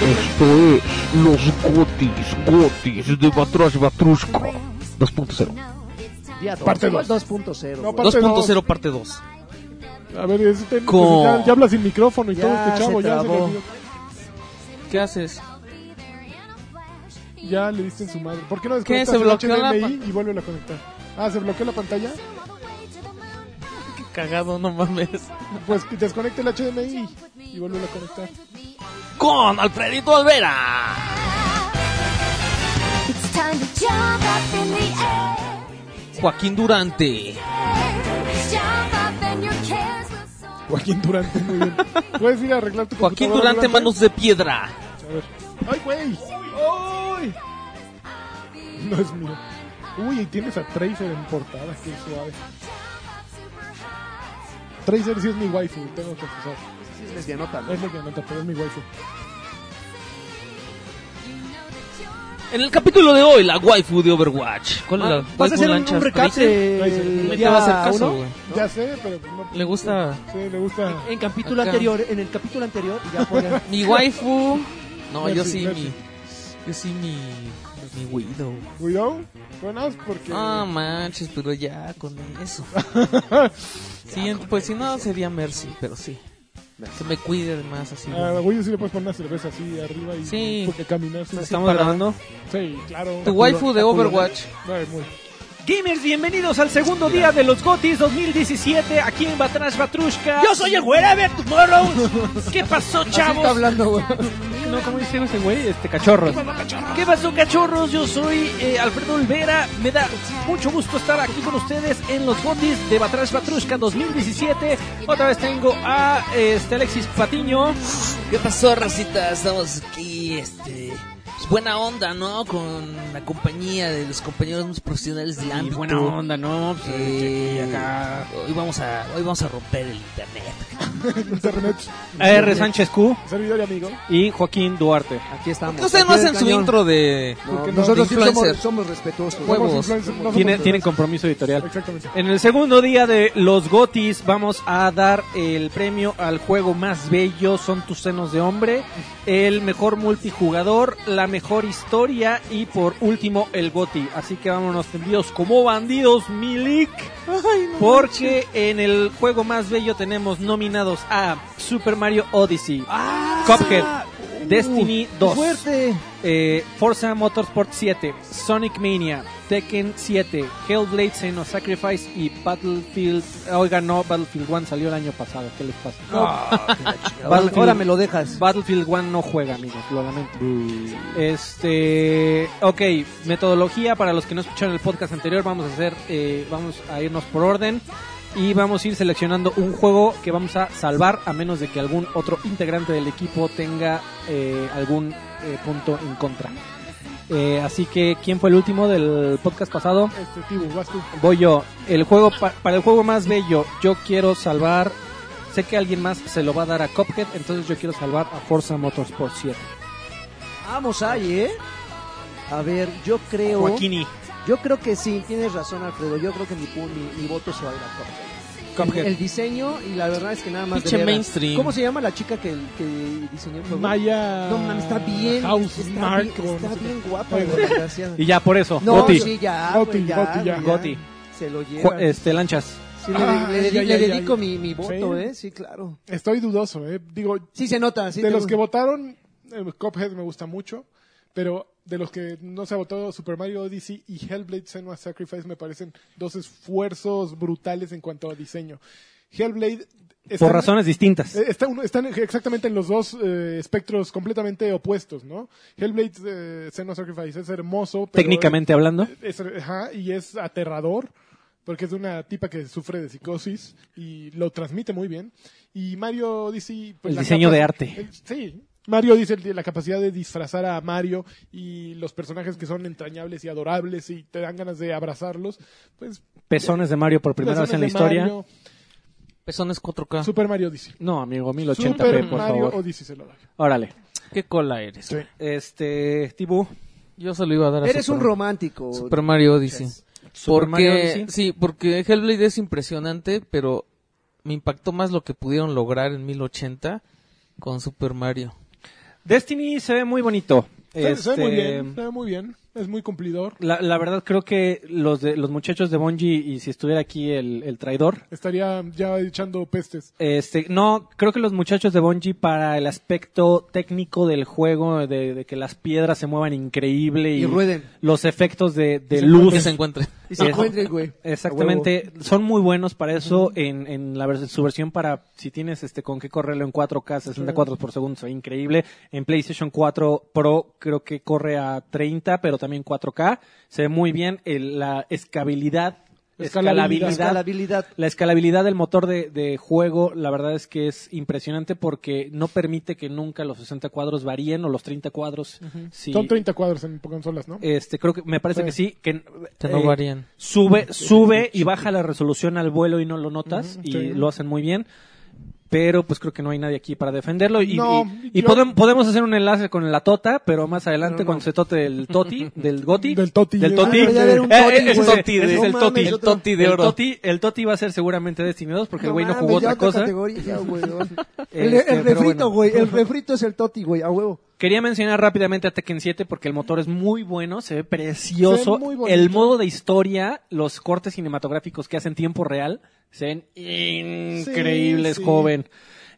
Esto es los gotis, gotis de Batrash Batrushko 2.0. Ya dos. Parte dos. 2.0. No, güey. parte 2.0 parte 2. A ver, este, Con- ya, ya habla sin micrófono y Ya todo este chavo. se ya, le trabó. olvidó. ¿Qué haces? ya le diste en su madre. ¿Por qué no desconectas se el bloqueó la HDMI y vuelve a conectar? Ah, ¿se bloqueó la pantalla? Qué cagado, no mames. Pues que desconecte el HDMI y vuelve a conectar. Con Alfredito Olvera. It's time to jump up in the air. Joaquín Durante. Jump up and your cares will soar. Joaquín Durante, muy bien. ¿Puedes ir a arreglar tu Joaquín computadora, Durante, manos de piedra. A ver. ¡Ay, güey! ¡Ay! No es mío. Uy, y tienes a Tracer en portada, qué suave. Tracer sí es mi waifu, tengo que confesar. Sí, es lesbianota, ¿no? Es lo que anota, pero es mi waifu. En el capítulo de hoy, la waifu de Overwatch. ¿Cuál es la Ah, Vas a hacer un, un recate Tracer. el No te va a hacer día caso, uno. güey. Ya sé, pero no. Le gusta. Sí, le gusta. En capítulo Acá. anterior, en el capítulo anterior, ya ponían- Mi waifu. No, Merci, yo sí, merci. mi. Yo sí, mi. Mi Widow. Cuidado. Buenas, porque. Ah, manches, pero ya con eso. sí, en- pues si no sería Mercy, pero sí. Se me cuide más así. Ah, A Goyo sí le puedes poner una cerveza así arriba y Sí. porque caminar. Sí, ¿Estamos grabando? Sí, claro. eh. Tu waifu de Overwatch. No, muy. Gamers, bienvenidos al segundo día de los GOTIS 2017 aquí en Batrash Batrushka. Yo soy el güera de Tomorrow. ¿Qué pasó, Así está chavos? hablando, güey. No, ¿cómo dice ese güey? Este cachorro. ¿Qué pasó, cachorros? Yo soy eh, Alfredo Olvera. Me da mucho gusto estar aquí con ustedes en los GOTIS de Batrash Batrushka 2017. Otra vez tengo a este Alexis Patiño. ¿Qué pasó, Rosita? Estamos aquí, este. pues, buena onda, ¿no? Con la compañía de los compañeros más profesionales del ámbito. ¿no? Eh, Hoy vamos a hoy vamos a romper el internet. Internet, AR Sánchez Q servidor y amigo. y Joaquín Duarte. Aquí estamos. Ustedes no Aquí hacen el su cañón. intro de No, Porque nosotros no, sí de somos, influencer. somos respetuosos. Huevo. güey. Huevos. Somos influencers, no somos Tienen, influencers. tienen compromiso editorial. Exactamente. En el segundo día de los GOTIS vamos a dar el premio al juego más bello, son tus senos de hombre, el mejor multijugador, la mejor historia y por último el GOTI. Así que vámonos tendidos como bandidos, Milik, porque en el juego más bello tenemos nominados a Super Mario Odyssey, Ah, Cuphead, uh, Destiny 2. Fuerte. Eh, Forza Motorsport 7, Sonic Mania, Tekken 7, Hellblade Xeno Sacrifice y Battlefield. Oiga, no, Battlefield 1 salió el año pasado. ¿Qué les pasa? Ah, Ahora, ahora me lo dejas. Mm. Battlefield 1 no juega, amigos, lo lamento. Este, ok, metodología para los que no escucharon el podcast anterior, vamos a hacer, eh, vamos a irnos por orden y vamos a ir seleccionando un juego que vamos a salvar a menos de que algún otro integrante del equipo tenga eh, algún eh, punto en contra. Eh, así que, ¿quién fue el último del podcast pasado? Este tipo, vas tú. Voy yo. El juego pa- para el juego más bello, yo quiero salvar. Sé que alguien más se lo va a dar a Cuphead, entonces yo quiero salvar a Forza Motorsport 7. Vamos ahí, ¿eh? A ver, yo creo. Joaquini. Yo creo que sí, tienes razón, Alfredo. Yo creo que mi, pu- mi, mi voto se va a ir a Cuphead. Cuphead. El diseño, y la verdad es que nada más. Pinche de ver a- mainstream. ¿Cómo se llama la chica que, que diseñó el juego? Maya. No mames, está bien. House está Mark, bien, o está no sé bien qué. guapa, Oye, güey, desgraciada. Y ya por eso, No, Goti. sí, ya, Goti, güey, ya, Goti, ya. güey, Goti. Se lo lleva. Ju- Este lanchas. Sí, le, Ah, le- le- ya, le ya, ya, dedico ya. Mi, mi voto, Sí. ¿eh? Sí, claro. Estoy dudoso, eh. Digo, Sí se nota. Sí de te- los que votaron, eh, Cuphead me gusta mucho. Pero de los que no se votó, Super Mario Odyssey y Hellblade Senua Sacrifice me parecen dos esfuerzos brutales en cuanto a diseño. Hellblade. está- Por razones distintas. Eh, está uno- están exactamente en los dos eh, espectros completamente opuestos, ¿no? Hellblade eh, Senua Sacrifice es hermoso. pero- eh, técnicamente hablando. es- ajá, y es aterrador porque es de una tipa que sufre de psicosis y lo transmite muy bien. Y Mario Odyssey... El la diseño capa- de arte. el- sí. Mario dice el- la capacidad de disfrazar a Mario y los personajes que son entrañables y adorables y te dan ganas de abrazarlos. Pues Pezones de Mario por primera vez en la personajes de historia. Mario, Pezones Ah. 4K. Super Mario Odyssey. No, amigo, 1080p, Super por Mario favor. Odyssey se lo doy. Órale. ¿Qué cola eres? Sí. Este, Tibu. Yo se lo iba a dar a Eres Super, un romántico. Super Mario Odyssey. Super Mario Porque Odyssey. sí, porque Hellblade es impresionante, pero me impactó más lo que pudieron lograr en 1080 con Super Mario. Destiny se ve muy bonito. Se- Se ve muy Este, bien, se ve muy bien. Es muy cumplidor. La, la verdad creo que los de los muchachos de Bungie y si estuviera aquí el, el traidor, Estaría ya echando pestes. este, no, creo que los muchachos de Bungie para el aspecto técnico del juego, de, de que las piedras se muevan increíble y, Y rueden. los efectos de, de Que luz. se encuentre. Y se Eh, encuentren, güey. Exactamente, son muy buenos para eso en, en la vers- su versión para si tienes este con qué correrlo en 4K 60 cuadros por segundo, se ve increíble. En PlayStation 4 Pro creo que corre a 30, pero también 4K, se ve muy bien El- la escabilidad, Escalabilidad. escalabilidad, Escalabilidad. la escalabilidad del motor de, de juego, la verdad es que es impresionante porque no permite que nunca los 60 cuadros varíen o los 30 cuadros. Sí, Son 30 cuadros en consolas, ¿no? Este, creo que me parece que sí, que, Que no eh, varían. sube, sube y baja la resolución al vuelo y no lo notas Ujú, y sí. lo hacen muy bien. Pero pues creo que no hay nadie aquí para defenderlo y, No, y- y yo- podem- podemos hacer un enlace con la tota, pero más adelante No, no. cuando se tote el toti, del goti, Del toti. del Ah, toti, debería haber un Eh, toti, ese güey. es el- ese No es el mames, toti, yo el te- toti de El oro. El toti- toti, va a ser seguramente Destiny 2 porque el güey no mames, jugó ya otra otra cosa. categoría, güey, ¿no? El, Este, el pero refrito, bueno. güey. El refrito es el toti, güey, a huevo. Quería mencionar rápidamente a Tekken 7 porque el motor es muy bueno, se ve precioso. Se ve muy bonito. el modo de historia, los cortes cinematográficos que hacen tiempo real, se ven increíbles, sí. joven.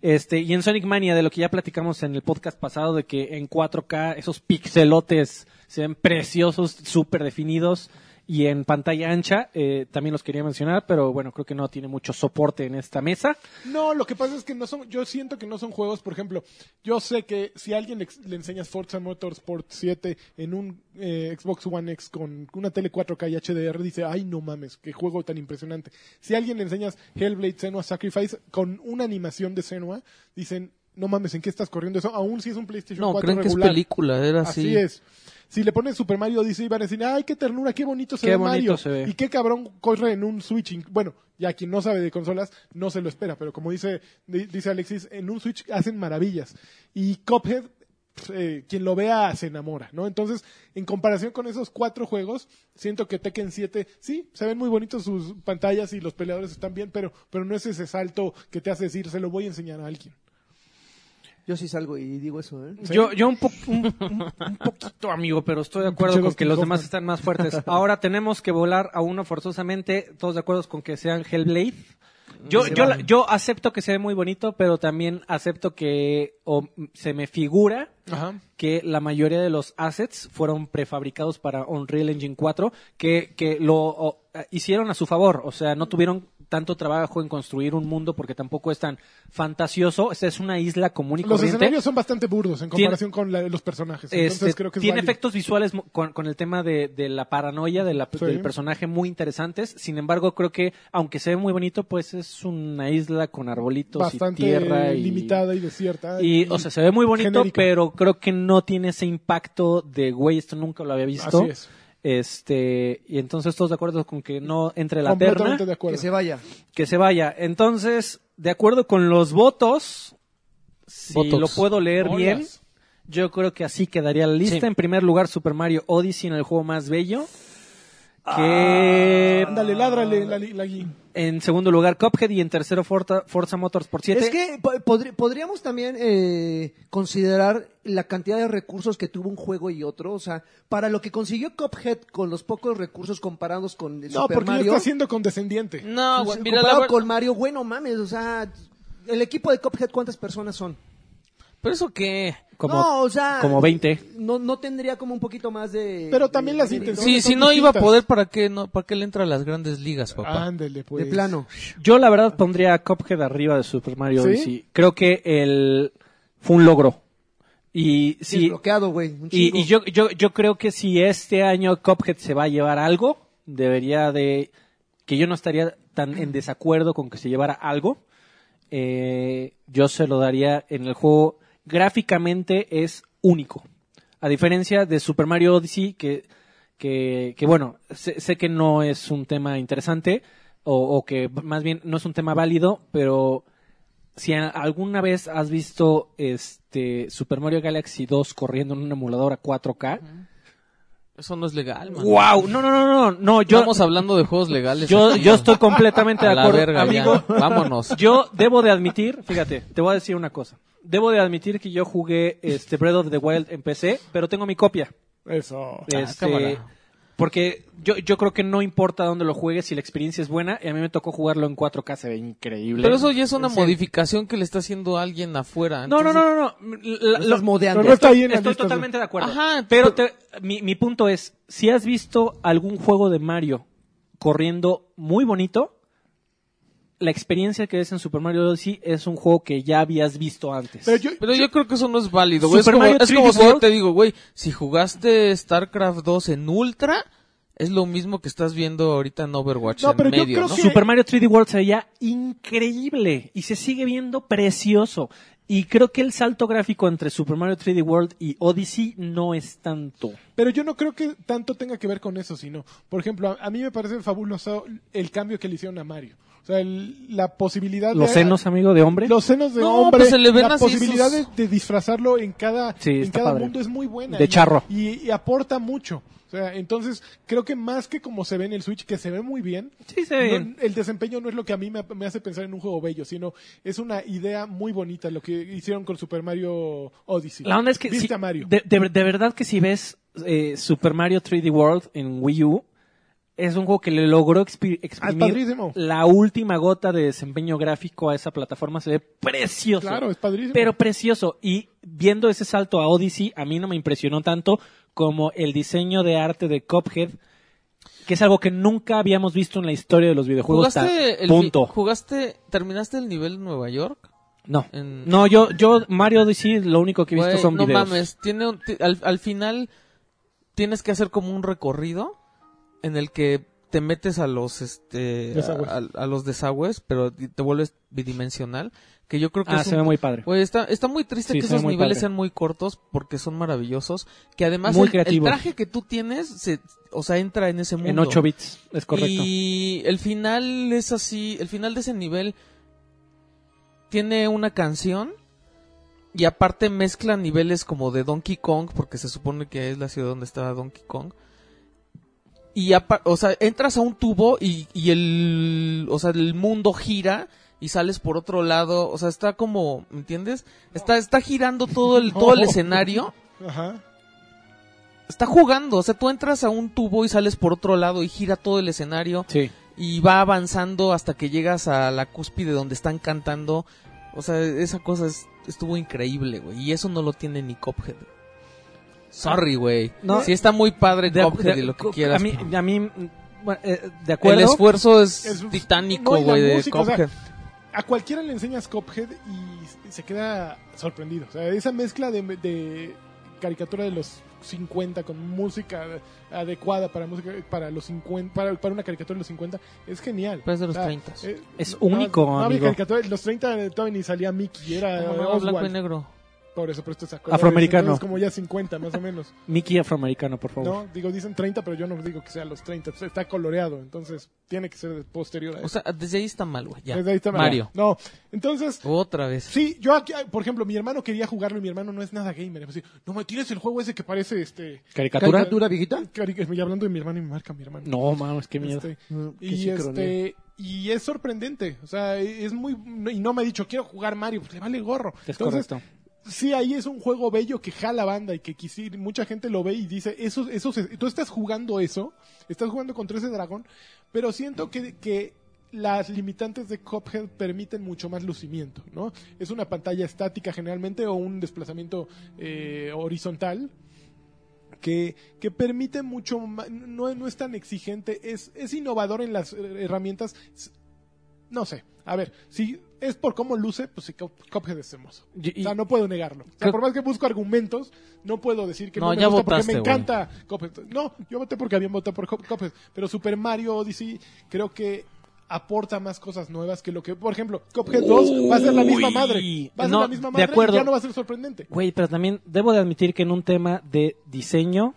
Este, y en Sonic Mania, de lo que ya platicamos en el podcast pasado, de que en 4K esos pixelotes se ven preciosos, súper definidos. Y en pantalla ancha, eh, también los quería mencionar, pero bueno, creo que no tiene mucho soporte en esta mesa. No, lo que pasa es que no son, yo siento que no son juegos, por ejemplo, yo sé que si a alguien le, ex- le enseñas Forza Motorsport 7 en un eh, Xbox One X con una tele 4K y HDR, dice, ay no mames, qué juego tan impresionante. Si a alguien le enseñas Hellblade Senua Sacrifice con una animación de Senua, dicen, no mames, ¿en qué estás corriendo eso? Aún si es un PlayStation No, 4 creen que es regular. película, era así. Así es. Si le pones Super Mario Odyssey, van a decir, ay, qué ternura, qué bonito se Qué ve bonito Mario. se ve. Y qué cabrón corre en un Switch. inc- Bueno, ya quien no sabe de consolas, no se lo espera. Pero como dice, di- dice Alexis, en un Switch hacen maravillas. Y Cuphead, pf, eh, quien lo vea, se enamora, ¿no? Entonces, en comparación con esos cuatro juegos, siento que Tekken 7, sí, se ven muy bonitos sus pantallas y los peleadores están bien, pero, pero no es ese salto que te hace decir, se lo voy a enseñar a alguien. Yo sí salgo y digo eso, ¿eh? Yo, yo un, po- un- un- un poquito, amigo, pero estoy de acuerdo pinche con que Dustin los Hoffman. demás están más fuertes. Ahora tenemos que volar a uno forzosamente, todos de acuerdo con que sean Hellblade. Yo, yo, la- yo acepto que se ve muy bonito, pero también acepto que o, m- se me figura Ajá. que la mayoría de los assets fueron prefabricados para Unreal Engine 4, que, que lo o, eh, hicieron a su favor, o sea, no tuvieron tanto trabajo en construir un mundo porque tampoco es tan fantasioso, o sea, es una isla común y Los corriente. escenarios son bastante burdos en Tiene- comparación con la- los personajes. Entonces Este, creo que es tiene válido. efectos visuales mu- con, con el tema de, de la paranoia de la- Sí. del personaje muy interesantes. Sin embargo, creo que, aunque se ve muy bonito, pues es una isla con arbolitos bastante y tierra. y- limitada y desierta. Y, o sea, se ve muy bonito, genérica. pero creo que no tiene ese impacto de, güey, esto nunca lo había visto. Así es. Este, y entonces todos de acuerdo con que no entre la completamente terna, de acuerdo. Que se vaya. que se vaya. Entonces, de acuerdo con los votos, si Votos. lo puedo leer Hola. bien, yo creo que así quedaría la lista. Sí. En primer lugar, Super Mario Odyssey en el juego más bello. Ah, Que Ándale, ládrale, Lali- Lagui. en segundo lugar Cuphead y en tercero Forza, Forza Motorsport 7. Es que po- podri- podríamos también eh, considerar la cantidad de recursos que tuvo un juego y otro. O sea, para lo que consiguió Cuphead con los pocos recursos comparados con el No, Super porque Mario. lo está siendo condescendiente. No, güey, mira, la comparado ver- con Mario, bueno, mames, o sea, el equipo de Cuphead, ¿cuántas personas son? Pero eso qué. como, no, o sea, como 20. No, no tendría como un poquito más de... Pero también las de- intenciones Sí, son si no iba a distintas. poder, ¿para qué, no, ¿para qué le entra a las grandes ligas, papá? Ah, Ándale, pues. De plano. Yo la verdad pondría a Cuphead arriba de Super Mario ¿Sí? Odyssey. Creo que el fue un logro. Y si Desbloqueado, güey. un Y, chingo. y yo, yo, yo creo que si este año Cuphead se va a llevar algo, debería de... que yo no estaría tan en desacuerdo con que se llevara algo. Eh, yo se lo daría en el juego. Gráficamente es único. A diferencia de Super Mario Odyssey, que, que, que bueno, sé, sé que no es un tema interesante, o, o que más bien no es un tema válido, pero si a- alguna vez has visto este Super Mario Galaxy 2 corriendo en un emulador a 4K, Eso no es legal, man. wow, no, no, no, no, no, yo, Estamos hablando de juegos legales. yo, aquí, yo ya. estoy completamente de A la acuerdo, verga, ya. amigo. Vámonos. Yo debo de admitir, fíjate, te voy a decir una cosa. Debo de admitir que yo jugué este Breath of the Wild en PC, pero tengo mi copia. Eso. Este, cámara. porque yo, yo creo que no importa dónde lo juegues si la experiencia es buena. Y a mí me tocó jugarlo en 4K, se ve increíble. Pero eso ya es una En serio. modificación que le está haciendo alguien afuera. No, no, entonces- no, no. no. La- Lo estás lo- modeando. Pero no está ahí en la Estoy lista, totalmente de acuerdo. Ajá, pero te- mi, mi punto es, si has visto algún juego de Mario corriendo muy bonito, la experiencia que ves en Super Mario Odyssey es un juego que ya habías visto antes. Pero yo, Pero yo creo que eso no es válido, güey. Es Super como, Mario es como 3D si yo World. te digo, güey, si jugaste StarCraft 2 en Ultra, es lo mismo que estás viendo ahorita en Overwatch No, en pero yo medio, creo ¿no? que- Super Mario 3D World se veía increíble y se sigue viendo precioso. Y creo que el salto gráfico entre Super Mario 3D World y Odyssey no es tanto. Pero yo no creo que tanto tenga que ver con eso, sino, por ejemplo, a, a mí me parece fabuloso el cambio que le hicieron a Mario. O sea, el- la posibilidad Los de... senos, amigo, de hombre. Los senos de No, hombre, pues se le ven la así posibilidad sus- de, de disfrazarlo en cada, Sí, en está cada padre. mundo es muy buena. De y- charro. Y, y aporta mucho. O sea, entonces, creo que más que como se ve en el Switch, que se ve muy bien, Sí, se ve no- bien. el desempeño no es lo que a mí me, me hace pensar en un juego bello, sino es una idea muy bonita lo que hicieron con Super Mario Odyssey. La onda es que Viste si- a Mario. De, de- de verdad que si ves eh, Super Mario 3D World en Wii U, es un juego que le logró expi- exprimir Ah, padrísimo. la última gota de desempeño gráfico a esa plataforma. Se ve precioso. Claro, es padrísimo. Pero precioso. Y viendo ese salto a Odyssey, a mí no me impresionó tanto como el diseño de arte de Cuphead, que es algo que nunca habíamos visto en la historia de los videojuegos. hasta ¿Jugaste, el, punto. ¿Jugaste, terminaste el nivel en Nueva York? No. en- No, yo, yo, Mario Odyssey, lo único que he visto Güey, son no videos. mames, tiene un- ti- al, al final tienes que hacer como un recorrido en el que te metes a los este Desagües. a, a- a los desagües, pero di- te vuelves bidimensional, que yo creo que Ah, es se un- ve muy padre. Güey, está, está muy triste Sí, que se ve esos muy niveles padre. sean muy cortos porque son maravillosos, que además el- Muy el, creativos. traje que tú tienes se o sea, entra en ese mundo. En 8 bits, es correcto. Y el final es así, el final de ese nivel tiene una canción y aparte mezcla niveles como de Donkey Kong, porque se supone que es la ciudad donde estaba Donkey Kong. Y apa- o sea, entras a un tubo y, y el, o sea, el mundo gira y sales por otro lado, o sea, está como, ¿me entiendes? Está, está girando todo el, todo el No. escenario Ajá. está jugando, o sea, tú entras a un tubo y sales por otro lado y gira todo el escenario Sí. y va avanzando hasta que llegas a la cúspide donde están cantando. O sea, esa cosa es- estuvo increíble, güey, y eso no lo tiene ni Cophead. Sorry, güey. No. sí está muy padre De- Cophead de- y lo que co- quieras. A mí, pero a mí mm, bueno, eh, de el acuerdo. esfuerzo es, Es- no, titánico, y la güey, de música, o sea, Cophead. a cualquiera le enseñas Cophead y se queda sorprendido. O sea, esa mezcla de, de caricatura de los 50 con música adecuada para música para los 50 para, para una caricatura de los 50 es genial. Pero Pues es de los O sea, 30. eh, Es no, único, no había amigo. caricatura, en los 30 todavía ni salía Mickey, era No, eh, no, blanco y Oswald. negro. Por eso, pero esto es a colores, Afroamericano. entonces como ya 50 más o menos. Mickey afroamericano, por favor. No, digo dicen 30, pero yo no digo que sea los 30, pues, está coloreado, entonces tiene que ser posterior a eso. O sea, desde ahí está mal, güey, ya. Desde ahí está mal. Mario. No, entonces Otra vez. Sí, yo aquí, por ejemplo, mi hermano quería jugarlo y mi hermano no es nada gamer. Pues, no me tires el juego ese que parece este. ¿Caricatura? ¿Caricatura viejita? cari- Y hablando de mi hermano y me marca mi hermano. No, mames, qué miedo. Este, Mm, qué y sincronía. este. Y es sorprendente. O sea, es muy. Y no me ha dicho, quiero jugar Mario. Pues le vale gorro. Es Entonces, correcto. sí, ahí es un juego bello que jala banda y que quisi- mucha gente lo ve y dice, eso, eso se- tú estás jugando eso, estás jugando contra ese dragón, pero siento que, que las limitantes de Cuphead permiten mucho más lucimiento, ¿no? Es una pantalla estática generalmente o un desplazamiento eh, horizontal que, que permite mucho ma- no, no es tan exigente, es, es innovador en las eh, herramientas. S- No sé, a ver, si es por cómo luce, pues sí, Cup- Cuphead es hermoso. Y- y- o sea, no puedo negarlo. O sea, Creo- por más que busco argumentos, no puedo decir que No, no, me ya gusta votaste, porque me güey. encanta Cuphead. No, yo voté porque habían votado por Cup- Cuphead. Pero Super Mario Odyssey creo que aporta más cosas nuevas que lo que, por ejemplo, Cuphead 2 va a ser la misma Uy. madre. Va a ser No, la misma de madre acuerdo. y ya no va a ser sorprendente. Güey, pero también debo de admitir que en un tema de diseño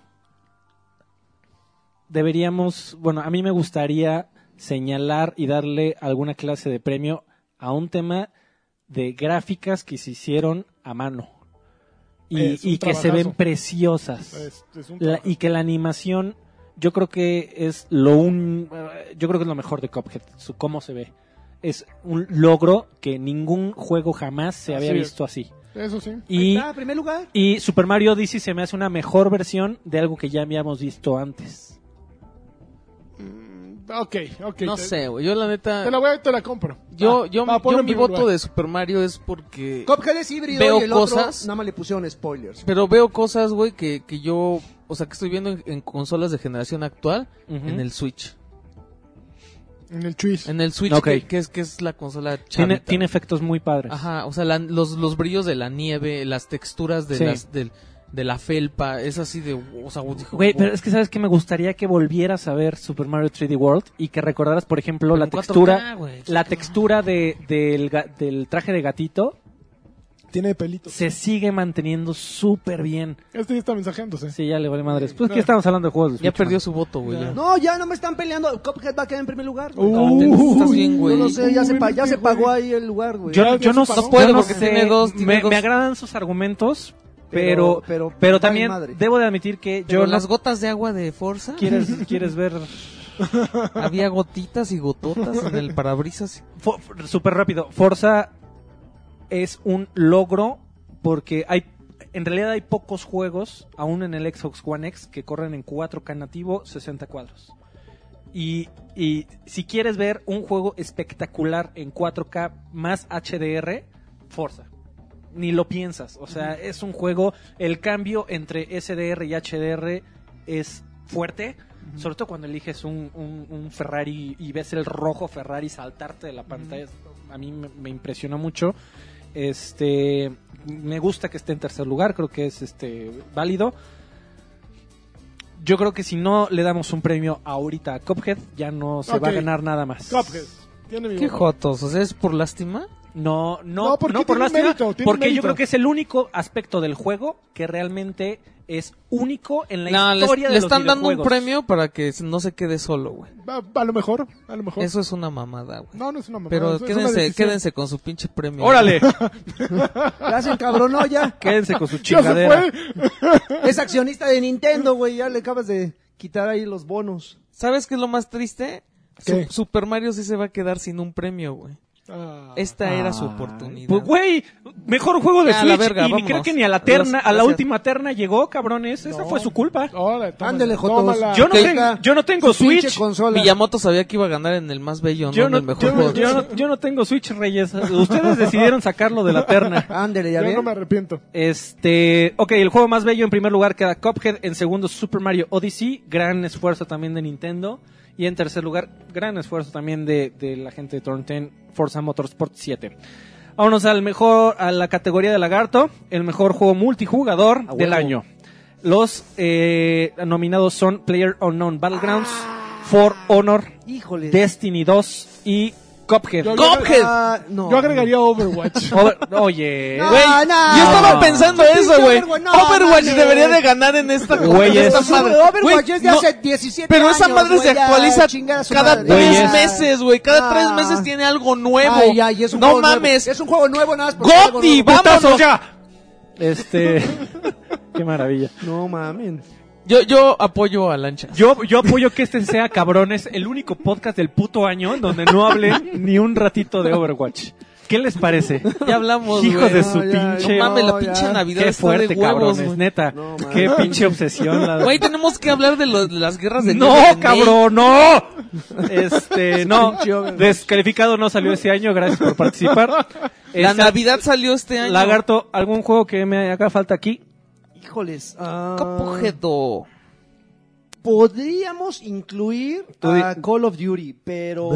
deberíamos, bueno, a mí me gustaría señalar y darle alguna clase de premio a un tema de gráficas que se hicieron a mano y, Es un y que se ven trabajazo. preciosas. Es- Este, es un La- trabajo. y que la animación yo creo que es lo un eh, yo creo que es lo mejor de Cuphead su cómo se ve es un logro que ningún juego jamás se había Así es. visto así Eso sí. Y, Ah, primer lugar. y Super Mario Odyssey se me hace una mejor versión de algo que ya habíamos visto antes. Mm, ok, ok. No te- sé, güey. Yo la neta. Te la voy a te la compro. Yo, Ah, yo, va, yo ponlo en mi primer voto lugar. de Super Mario es porque. Cophead es híbrido Veo y el otro cosas. nada más le pusieron spoilers. Pero veo cosas, güey, que, que yo. O sea, que estoy viendo en, en consolas de generación actual. Ujú. En el Switch. En el Twitch. En el Switch, Ok. que, que es, que es la consola Tiene, chavita. tiene efectos muy padres. Ajá, o sea, la- los, los brillos de la nieve, las texturas de, Sí. las, del- de la felpa, es así de... O sea, güey, Güey, pero es que sabes que me gustaría que volvieras a ver Super Mario 3D World y que recordaras, por ejemplo, la en 4K, textura, güey, la textura de, del, ga- del traje de gatito Tiene pelitos. se sigue manteniendo súper bien. Este ya está mensajeándose. Sí, ya le vale madres. Pues Claro. que estamos hablando de juegos. de ya Switch, perdió man. su voto, güey. ya. No, ya no me están peleando. Cophead va a quedar en primer lugar. güey. Uh, estás este bien, güey. Yo no sé, ya, se, pa- ya se güey. pagó ahí el lugar, güey. Ya- Yo, yo ya no, se sé- pagó. puede yo no porque sé. tiene dos, tiene me, dos. me agradan sus argumentos, Pero- pero, pero pero, vale también madre. debo de admitir que Pero yo no- las gotas de agua de Forza, quieres quieres ver había gotitas y gototas en el parabrisas. Fo- súper rápido. Forza es un logro porque hay en realidad hay pocos juegos aún en el Xbox One X que corren en 4K nativo 60 cuadros. Y, y si quieres ver un juego espectacular en 4K más HDR, Forza. Ni lo piensas. O sea, es un juego. El cambio entre SDR y HDR es fuerte. Sobre todo cuando eliges un, un- un Ferrari y ves el rojo Ferrari saltarte de la pantalla. A mí me, me impresionó mucho. Este. Me gusta que esté en tercer lugar. Creo que es este válido. Yo creo que si no le damos un premio ahorita a Cophead, ya no se va a Ok. ganar nada más. Cuphead. Tiene mi Qué voto. jotos, o sea, es por lástima. No, no, No, no, porque por tiene lástima, mérito, tiene porque mérito. yo creo que es el único aspecto del juego que realmente es único en la No, le, historia le de los están dando un videojuegos. premio para que no se quede solo, güey. A, a lo mejor, a lo mejor. Eso es una mamada, güey. No, no es una mamada. Pero es- es una quédense, decisión. quédense con su pinche premio. Órale, Ya se encabronó, ya. quédense con su Ya se chingadera. fue. Es accionista de Nintendo, güey. Ya le acabas de quitar ahí los bonos. ¿Sabes qué es lo más triste? ¿Qué? Su- Super Mario sí se va a quedar sin un premio, güey. Ah. Esta era su Ah, oportunidad. Pues, güey, mejor juego de Ya, Switch la verga, y ni vámonos. creo que ni a la terna, a la Gracias. última terna llegó, cabrones, esa fue su culpa. Órale, tómala, Ándele, Jotos. tómala. Yo no, ok. tengo, yo no tengo Su pinche Switch. consola. Miyamoto sabía que iba a ganar en el más bello, Yo no no, en el mejor yo no- juego. yo no- yo no tengo Switch, Reyes. Ustedes decidieron sacarlo de la terna. Ándele, ya Yo ven. no me arrepiento. Este, ok, el juego más bello en primer lugar queda Cuphead, en segundo Super Mario Odyssey, gran esfuerzo también de Nintendo, y en tercer lugar, gran esfuerzo también de, de la gente de Turn 10, Forza Motorsport 7. Vámonos al mejor, a la categoría de lagarto, el mejor juego multijugador del año. Los eh, nominados son Player Unknown Battlegrounds, For Honor, Híjole. Destiny 2 y Cuphead. Yo- Ah, no. Yo agregaría Overwatch. Oh, Over- oye, No, Güey, Ah, no. yo estaba No. pensando Pinche eso, güey. Overwatch, Overwatch, no, mames. debería de ganar en esta, Güey, en esta es- madre. Güey, Overwatch es de no, hace 17 pero años, esa madre güey, se ya, actualiza chingar a su cada madre. tres Ya. meses, güey. Cada Ah. tres meses tiene algo nuevo. Ay, ay, es un no juego nuevo. mames. Es un juego nuevo nada más. porque es algo Goti, nuevo. vámonos. Este. Qué maravilla. No mamen. Yo, yo apoyo a Lancha. Yo, yo apoyo que este sea, cabrones, el único podcast del puto año en donde no hablen ni un ratito de Overwatch. ¿Qué les parece? Ya hablamos, güey. Hijos de su No, ya, pinche. No mames, No, la pinche ya. Navidad Qué está fuerte, de huevos, cabrones, güey. neta. No, mames. Qué pinche obsesión. la- Güey, tenemos que hablar de, lo- de las guerras de No, Dios en cabrón, no. Este, no. Descalificado no salió ese año, gracias por participar. May. La Este, Navidad salió este año. Lagarto, ¿algún juego que me haga falta aquí? Híjoles. ah, Capujedo. Podríamos incluir Tú di- a Call of Duty, pero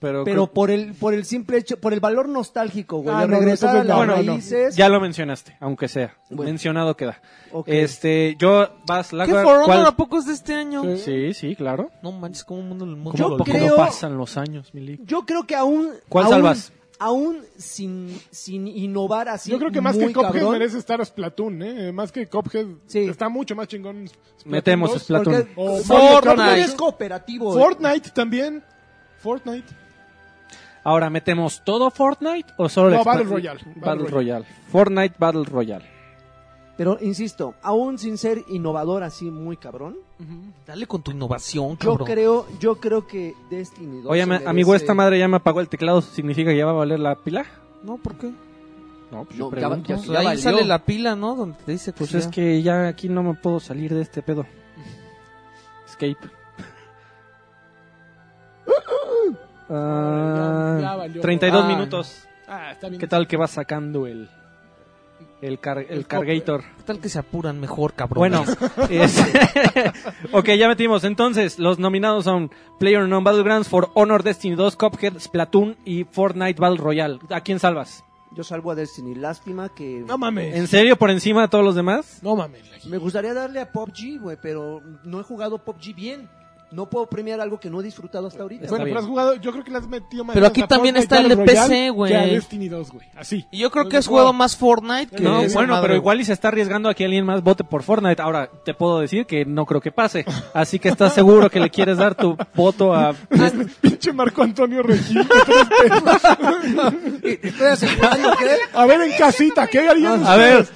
Pero, pero por el por el simple hecho, por el valor nostálgico, güey, Ah, de no, no, regresar entonces a no, las no, no. raíces. Ya lo mencionaste, aunque sea. Bueno. Mencionado queda. Ok. Este, yo, vas, la ¿Qué For Honor a poco es de este año? Sí, sí, claro. No manches, como mundo el mundo. Como Yo lo- como creo- pasan los años, Milik? Yo creo que aún ¿Cuál aún- salvas? Aún sin sin innovar así Yo creo que más muy que Cophead cabrón, merece estar Splatoon, ¿eh? Más que Cophead Sí. está mucho más chingón. Splatoon Metemos 2. Splatoon. porque O Mario Kart. Fortnite es cooperativo. güey. Fortnite también. Fortnite. Ahora, ¿metemos todo Fortnite o solo el No, expan- Battle Royale. Battle, Battle Royale. Fortnite Battle Royale. Pero insisto, aún sin ser innovador así muy cabrón, Dale con tu innovación, yo cabrón. creo yo creo que Destiny 2 Oye, se ma- merece- amigo, esta madre ya me apagó el teclado. ¿Significa que ya va a valer la pila? No, ¿por qué? No, pues No, yo ya va- pregunto. ya- Pues ahí valió. sale la pila, ¿no? Donde te dice Pues cuchara. es que ya aquí no me puedo salir de este pedo. Escape. Ah, Ya- ya valió. 32 Ah. minutos. Ah, está bien. ¿Qué tal que vas sacando el el, car- el cargator? ¿Qué tal que se apuran mejor, cabrón? Bueno, es- ok, ya metimos. Entonces, los nominados son Player Non Battlegrounds, For Honor, Destiny 2, Cuphead, Splatoon y Fortnite Battle Royale. ¿A quién salvas? Yo salvo a Destiny. Lástima que. No mames. ¿En serio por encima de todos los demás? No mames. la- Me gustaría darle a PUBG, güey, pero no he jugado PUBG bien. No puedo premiar algo que no he disfrutado hasta ahorita. Está Bueno, bien. pero has jugado, yo creo que le has metido más Pero ganas aquí a también Fortnite está Battle el de Royale PC, güey. Que a Destiny 2, güey. Así. Y yo creo que has juego jugado más Fortnite que. No, esa bueno, madre. pero igual y se está arriesgando a que alguien más vote por Fortnite. Ahora, te puedo decir que no creo que pase. Así que estás seguro que le quieres dar tu voto a... Pinche Marco Antonio Regil. Estoy asegurando que A ver, en casita, ¿qué harían A ver,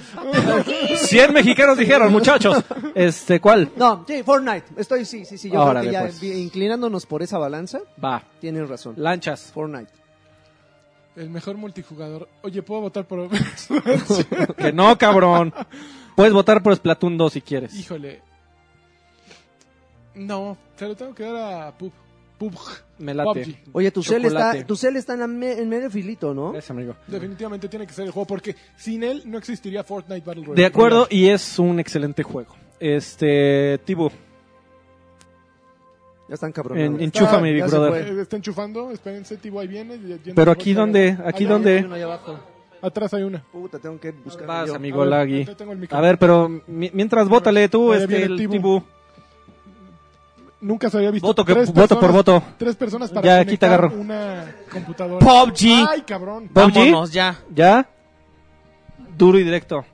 100 mexicanos dijeron, muchachos. Este, ¿cuál? No, sí, Fortnite. Estoy, sí, sí, sí. Yo Órale, creo que ya pues. vi- inclinándonos por esa balanza, Va, tienes razón. lanchas. Fortnite. El mejor multijugador. Oye, ¿puedo votar por... Que no, cabrón. Puedes votar por Splatoon 2 si quieres. Híjole. No, se lo tengo que dar a Pub. Pubg. Me late. PUBG. Oye, tu cel Mm, Chocolate. está, tu cel está en, la me- en medio filito, ¿no? Es, amigo. Definitivamente tiene que ser el juego porque sin él no existiría Fortnite Battle Royale. De acuerdo, y es un excelente juego. Este, Tibu, Ya están en- cabrones. enchúfame, ya Big se Brother. Eh, Está enchufando, espérense, Tibo, ahí viene. y- yendo Pero por aquí acá. donde, aquí Allá, donde... Atrás hay una. Puta, tengo que buscar. Vas, yo. amigo A ver, Lagui. yo tengo el micro. A ver, pero mi- mientras bótale tú, Ahí este, viene el Tibu. Tibu. Nunca se había visto. Voto que- tres voto por voto. Tres personas para Ya, aquí te conectar agarro. una computadora. PUBG. ¡Ay, cabrón! Vámonos ya. ¿Ya? Duro y directo.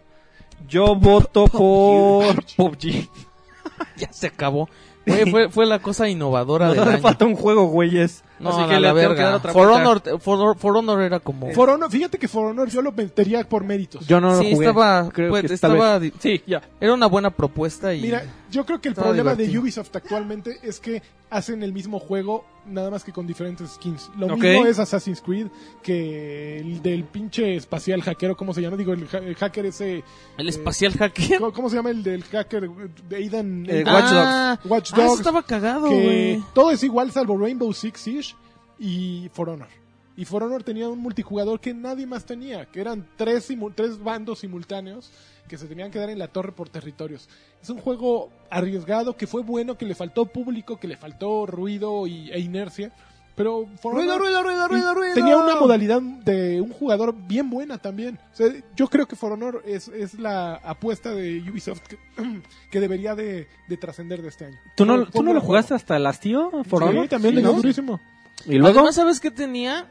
Yo voto por PUBG. Ya se acabó. Güey, fue, fue la cosa innovadora Nos del hace año. falta un juego, güeyes. No, Así la, la que le tengo que dar verga. otra For vuelta. Honor, For, Honor- For Honor era como. For Honor, fíjate que For Honor yo lo metería por méritos. Yo no lo sí, jugué. estaba. Creo pues, que tal estaba vez. di- Sí, ya. Era una buena propuesta y. Mira, yo creo que el Estaba problema divertido. de Ubisoft actualmente es que hacen el mismo juego, nada más que con diferentes skins. Lo Ok. mismo es Assassin's Creed que el del pinche espacial hackero, ¿cómo se llama? Digo, el, ha- el hacker ese... el espacial hacker. ¿Cómo cómo se llama el del hacker? De Aidan... Eh, Aidan- Watch Dogs. Ah, eh, Watch ah, Dogs, eso estaba cagado, que güey. todo es igual salvo Rainbow Six Siege y For Honor. Y For Honor tenía un multijugador que nadie más tenía, que eran tres, simu- tres bandos simultáneos que se tenían que dar en la torre por territorios. Es un juego arriesgado, que fue bueno, que le faltó público, que le faltó ruido y, e inercia. Pero For Ruido, Honor ruido, ruido, ruido, ruido. tenía una modalidad de un jugador bien buena también. O sea, yo creo que For Honor es, es la apuesta de Ubisoft que, que debería de, de trascender de este año. ¿Tú no, Fue- tú fue no lo buen jugaste juego. hasta el hastío? For Sí, Honor? también Sí, le dio ¿no? durísimo. Y luego, Además, ¿sabes qué tenía?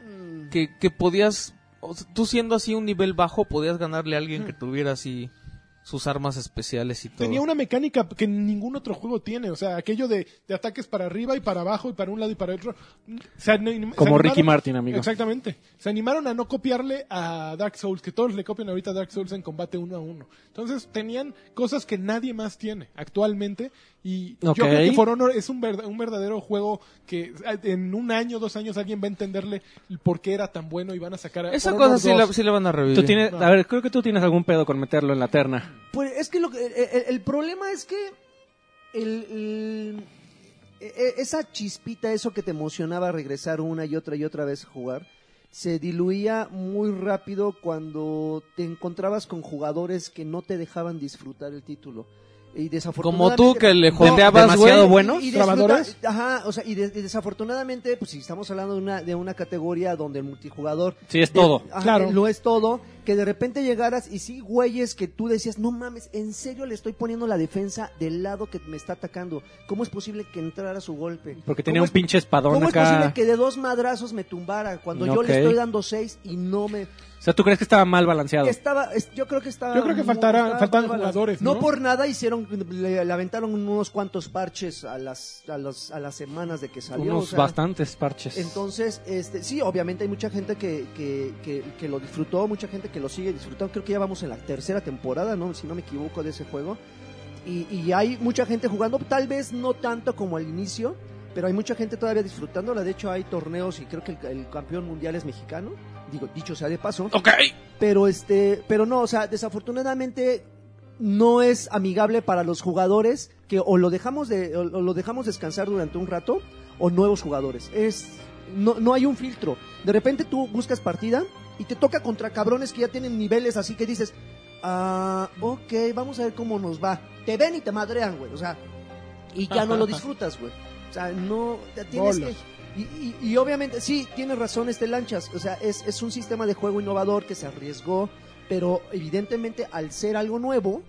Que, que podías. o sea, tú siendo así un nivel bajo, podías ganarle a alguien que tuviera así sus armas especiales y todo. Tenía una mecánica que ningún otro juego tiene, o sea, aquello de, de ataques para arriba y para abajo y para un lado y para otro. Se ani- se como animaron- Ricky Martin, amigo. Exactamente. Se animaron a no copiarle a Dark Souls, que todos le copian ahorita a Dark Souls en combate uno a uno. Entonces tenían cosas que nadie más tiene actualmente y Ok. yo creo que For Honor es un, verda- un verdadero juego que eh, en un año, dos años alguien va a entenderle el por qué era tan bueno y van a sacar a Esa For cosa Honor sí la, 2. sí la van a revivir. Tú tienes, a ver, creo que tú tienes algún pedo con meterlo en la terna. Pues es que lo que- el, el- el problema es que el- el- e- esa chispita, eso que te emocionaba regresar una y otra y otra vez a jugar, se diluía muy rápido cuando te encontrabas con jugadores que no te dejaban disfrutar el título. Y Como desafortunadamente, tú que le No, jodeabas, güey. demasiado bueno. y, y disfruta- trabadores. Ajá, o sea, y, de- y desafortunadamente, pues si estamos hablando de una, de una categoría donde el multijugador Sí, es todo. Eh, Eh, Ajá, Claro. Lo es todo. Que de repente llegaras y sí, güeyes, que tú decías, no mames, en serio le estoy poniendo la defensa del lado que me está atacando. ¿Cómo es posible que entrara su golpe? Porque ¿Cómo tenía un es- pinche espadón ¿Cómo es posible acá. que de dos madrazos me tumbara cuando yo Ok. le estoy dando seis y no me... O sea, ¿tú crees que estaba mal balanceado? Estaba, es- yo creo que estaba... Yo creo que no, faltara- estaba faltaban mal balanceado. jugadores, ¿no? por nada hicieron, le, le aventaron unos cuantos parches a las, a las, a las semanas de que salió. Unos o sea, bastantes parches. entonces, este, sí, obviamente hay mucha gente que, que, que, que lo disfrutó, mucha gente que lo sigue disfrutando. Creo que ya vamos en la tercera temporada, ¿no? Si no me equivoco, de ese juego. Y, y hay mucha gente jugando, tal vez no tanto como al inicio, pero hay mucha gente todavía disfrutándola. De hecho, hay torneos y creo que el, el campeón mundial es mexicano digo, dicho sea de paso. Ok. Pero este, pero no, o sea, desafortunadamente no es amigable para los jugadores que o lo dejamos de o lo dejamos descansar durante un rato o nuevos jugadores. Es no, no hay un filtro. De repente tú buscas partida y te toca contra cabrones que ya tienen niveles así que dices, "Ah, ok, vamos a ver cómo nos va." Te ven y te madrean, güey, o sea, y ya no lo disfrutas, güey. O sea, no te tienes que Bolos. y, y- y obviamente, sí, tienes razón este Lanchas. O sea, es, es un sistema de juego innovador que se arriesgó, pero evidentemente al ser algo nuevo,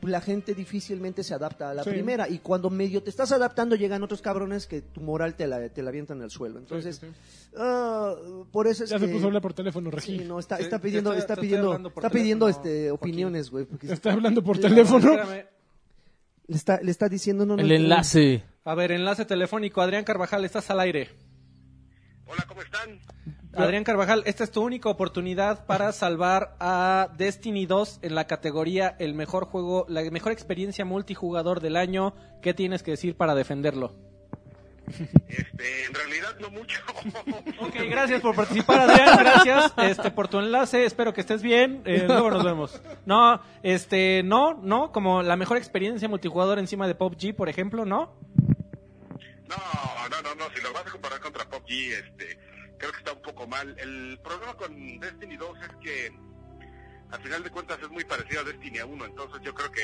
pues, la gente difícilmente se adapta a la Sí. primera. Y cuando medio te estás adaptando, llegan otros cabrones que tu moral te la, te la avientan al suelo. pues, Entonces, Sí, sí, sí. ah, por eso es ya que... se puso a hablar por teléfono, Regil. Sí, no, está, Sí, está te pidiendo, estoy- está te estoy pidiendo, hablando por está pidiendo teléfono, este, Joaquín. opiniones, güey. porque Está hablando por Ah, teléfono. espérame. Le está, le está diciendo... No, no, El no. enlace. A ver, enlace telefónico. Adrián Carvajal, estás al aire. Hola, ¿cómo están? Adrián Carvajal, esta es tu única oportunidad para salvar a Destiny 2 en la categoría el mejor juego, la mejor experiencia multijugador del año. ¿Qué tienes que decir para defenderlo? Este, en realidad no mucho. Ok, gracias por participar, Adrián. Gracias este, por tu enlace. Espero que estés bien. Eh, luego nos vemos. No, este, no, no, como la mejor experiencia multijugador encima de PUBG, por ejemplo, ¿no? No, no, no, no, si lo vas a comparar contra PUBG, este, creo que está un poco mal. El problema con Destiny 2 es que, al final de cuentas, es muy parecido a Destiny 1, entonces yo creo que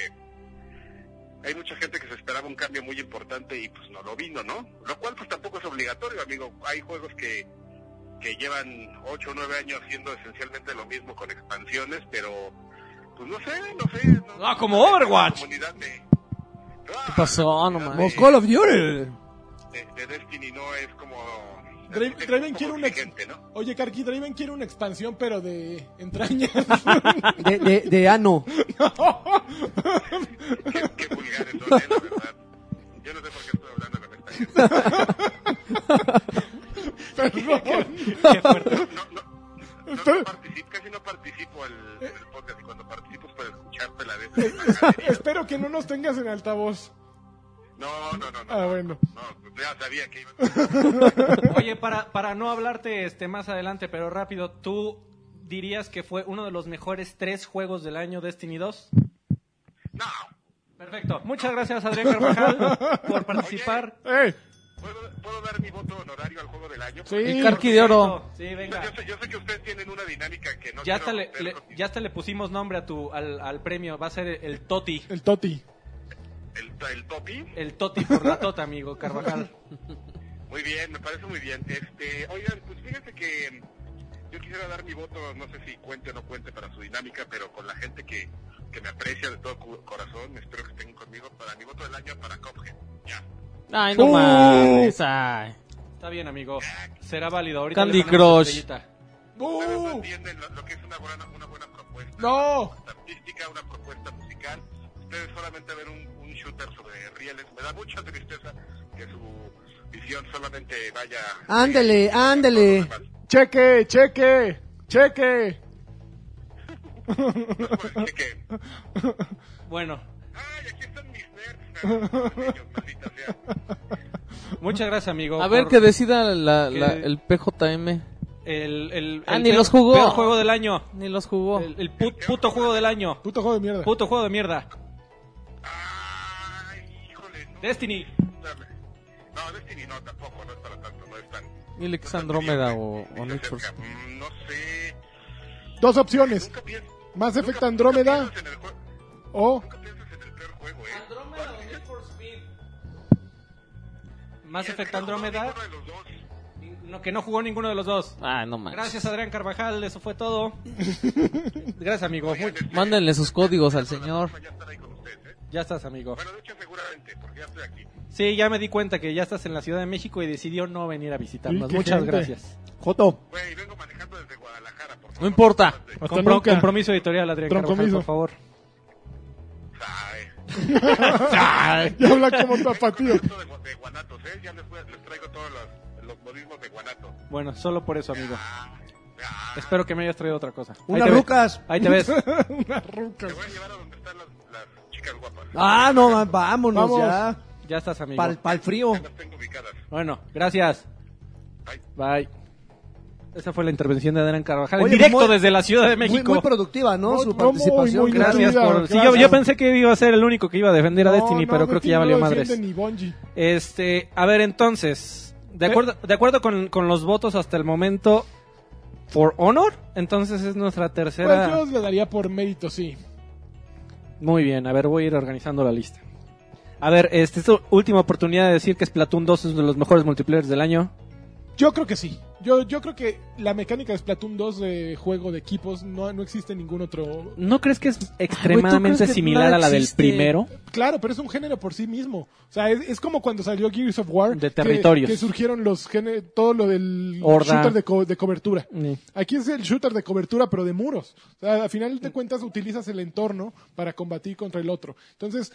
hay mucha gente que se esperaba un cambio muy importante y pues no lo vino, ¿no? Lo cual pues tampoco es obligatorio, amigo. Hay juegos que, que llevan 8 o 9 años haciendo esencialmente lo mismo con expansiones, pero pues no sé, no sé. No, Ah, como Overwatch. La comunidad de- ¿Qué pasó? No Ah, mames. de- Call of Duty. de, de Destiny no es como... Dra- es un Draven poco quiere una- exigente, ¿no? Oye, Karki, Draven quiere una expansión, pero de entrañas. De, de, de ano. Qué, qué vulgares son, eh, la verdad. Yo no sé por qué estoy hablando con esta Perdón. gente. No, no, no, no participo, casi no participo al, Eh. en el podcast y cuando participo es para escucharte la vez. Espero que no nos tengas en altavoz. No, no, no, no. Ah, bueno. No, ya sabía que iba Oye, para, para no hablarte este, más adelante, pero rápido, ¿tú dirías que fue uno de los mejores tres juegos del año Destiny 2? No, Perfecto. Muchas gracias, Adrián Carvajal, por participar. ¡Ey! ¿puedo, ¿puedo dar mi voto honorario al juego del año? Sí. Porque- El Carqui de Oro. Sí, O sea, venga. Yo sé, yo sé que ustedes tienen una dinámica que no Ya quiero hasta, le, romper le- con mi- ya hasta le pusimos nombre a tu, al, al premio. Va a ser el, el Toti. El Toti. el, el topi. El Toti por la Tota, amigo Carvajal. Muy bien, me parece muy bien. Este, oigan, pues fíjense que mm, yo quisiera dar mi voto, no sé si cuente o no cuente para su dinámica, pero con la gente que, que me aprecia de todo cu- corazón, espero que estén conmigo para mi voto del año para Cophead. Ya. Ay, no mames. Ay. Está bien, amigo. Será válido. Ahorita Candy le ponemos Crush. estrellita. Ustedes no ¡Uh! entienden lo, lo que es una buena, una buena propuesta ¡No! artística, una propuesta musical. Ustedes solamente ven un, un shooter sobre rieles. Me da mucha tristeza que su visión solamente vaya... Ándele, ándele. ¡Cheque, cheque, cheque! Que, Bueno, Ay, aquí están mis nerds. Maldita sea. muchas gracias, amigo. A ver por que decida la, la- ¿Qué? el PJM. El, el, Ah, el ni peor- los jugó. peor juego del año. Ni los jugó. El, el put- puto juego del año. Puto juego de mierda. Puto juego de mierda. Ay, híjole. ¿Eh? No, pues, Destiny. Dame. No, Destiny no, tampoco, no es para tanto, no es tan... Ni el Ex no es tan Andrómeda evidente, o, ni o se Need for acerca. Speed. Mm, No sé, Dos opciones. nunca piensas... Más Effect Andrómeda Nunca piensas en el, jue- o... nunca piensas en el peor juego, eh. Más Y es que efecto no jugó Andrómeda. ninguno de los dos. Este, No, que no jugó ninguno de los dos. Ay, no mames. Gracias, Adrián Carvajal. Eso fue todo. Gracias, amigo. Muy- Mándenle sus códigos al señor. Ya están ahí con ustedes, eh. ya estás, amigo. Bueno, de hecho, seguramente, porque ya estoy aquí. Sí, ya me di cuenta que ya estás en la Ciudad de México y decidió no venir a Sí, visitarnos. qué Muchas gente. gracias. Joto. Güey, vengo manejando desde Guadalajara, por favor. No importa. Desde- Hasta Compro- nunca. Compromiso editorial, Adrián Carvajal, Compromiso. por favor. Ay, Ya habla como tapatío. esto de, Gua- de Guanatos, eh. Ya les, voy a- les traigo todos los, los modismos de Guanatos. Bueno, solo por eso, amigo. Ah, Espero que me hayas traído otra cosa. Ahí Unas te ves. rucas. Ahí te ves. Una ruca. Te voy a llevar a donde están las, las chicas guapas. Ah, no, va- vámonos Vamos. ya. Ya estás, amigo. Para el frío. Las tengo ubicadas. Bueno, gracias. Bye. Bye. Esa fue la intervención de Adrián Carvajal. en Oye, directo muy- desde la Ciudad de Muy, México. muy productiva, ¿no? No, Su no, participación. muy, muy Gracias Mira, por... Sí, yo, gracias. yo pensé que iba a ser el único que iba a defender a Destiny, pero creo que ya valió madres. Ni Bungie. Este, a ver, entonces, de acuerdo, de acuerdo con, con los votos hasta el momento, For Honor, entonces es nuestra tercera. Pues yo le daría por mérito, sí. Muy bien, a ver, voy a ir organizando la lista. A ver, este, esta última oportunidad de decir que Splatoon 2 es uno de los mejores multiplayers del año. Yo creo que sí. Yo, yo creo que la mecánica de Splatoon 2 de juego de equipos no, no existe en ningún otro. ¿No crees que es extremadamente Ah, crees que similar nada a la del existe? primero? Claro, pero es un género por sí mismo. O sea, es, es como cuando salió Gears of War. De que- territorios. Que, surgieron los géneros, todo lo del Horda. shooter de, co- de cobertura. Sí. Aquí es el shooter de cobertura, pero de muros. O sea, al final de cuentas utilizas el entorno para combatir contra el otro. Entonces,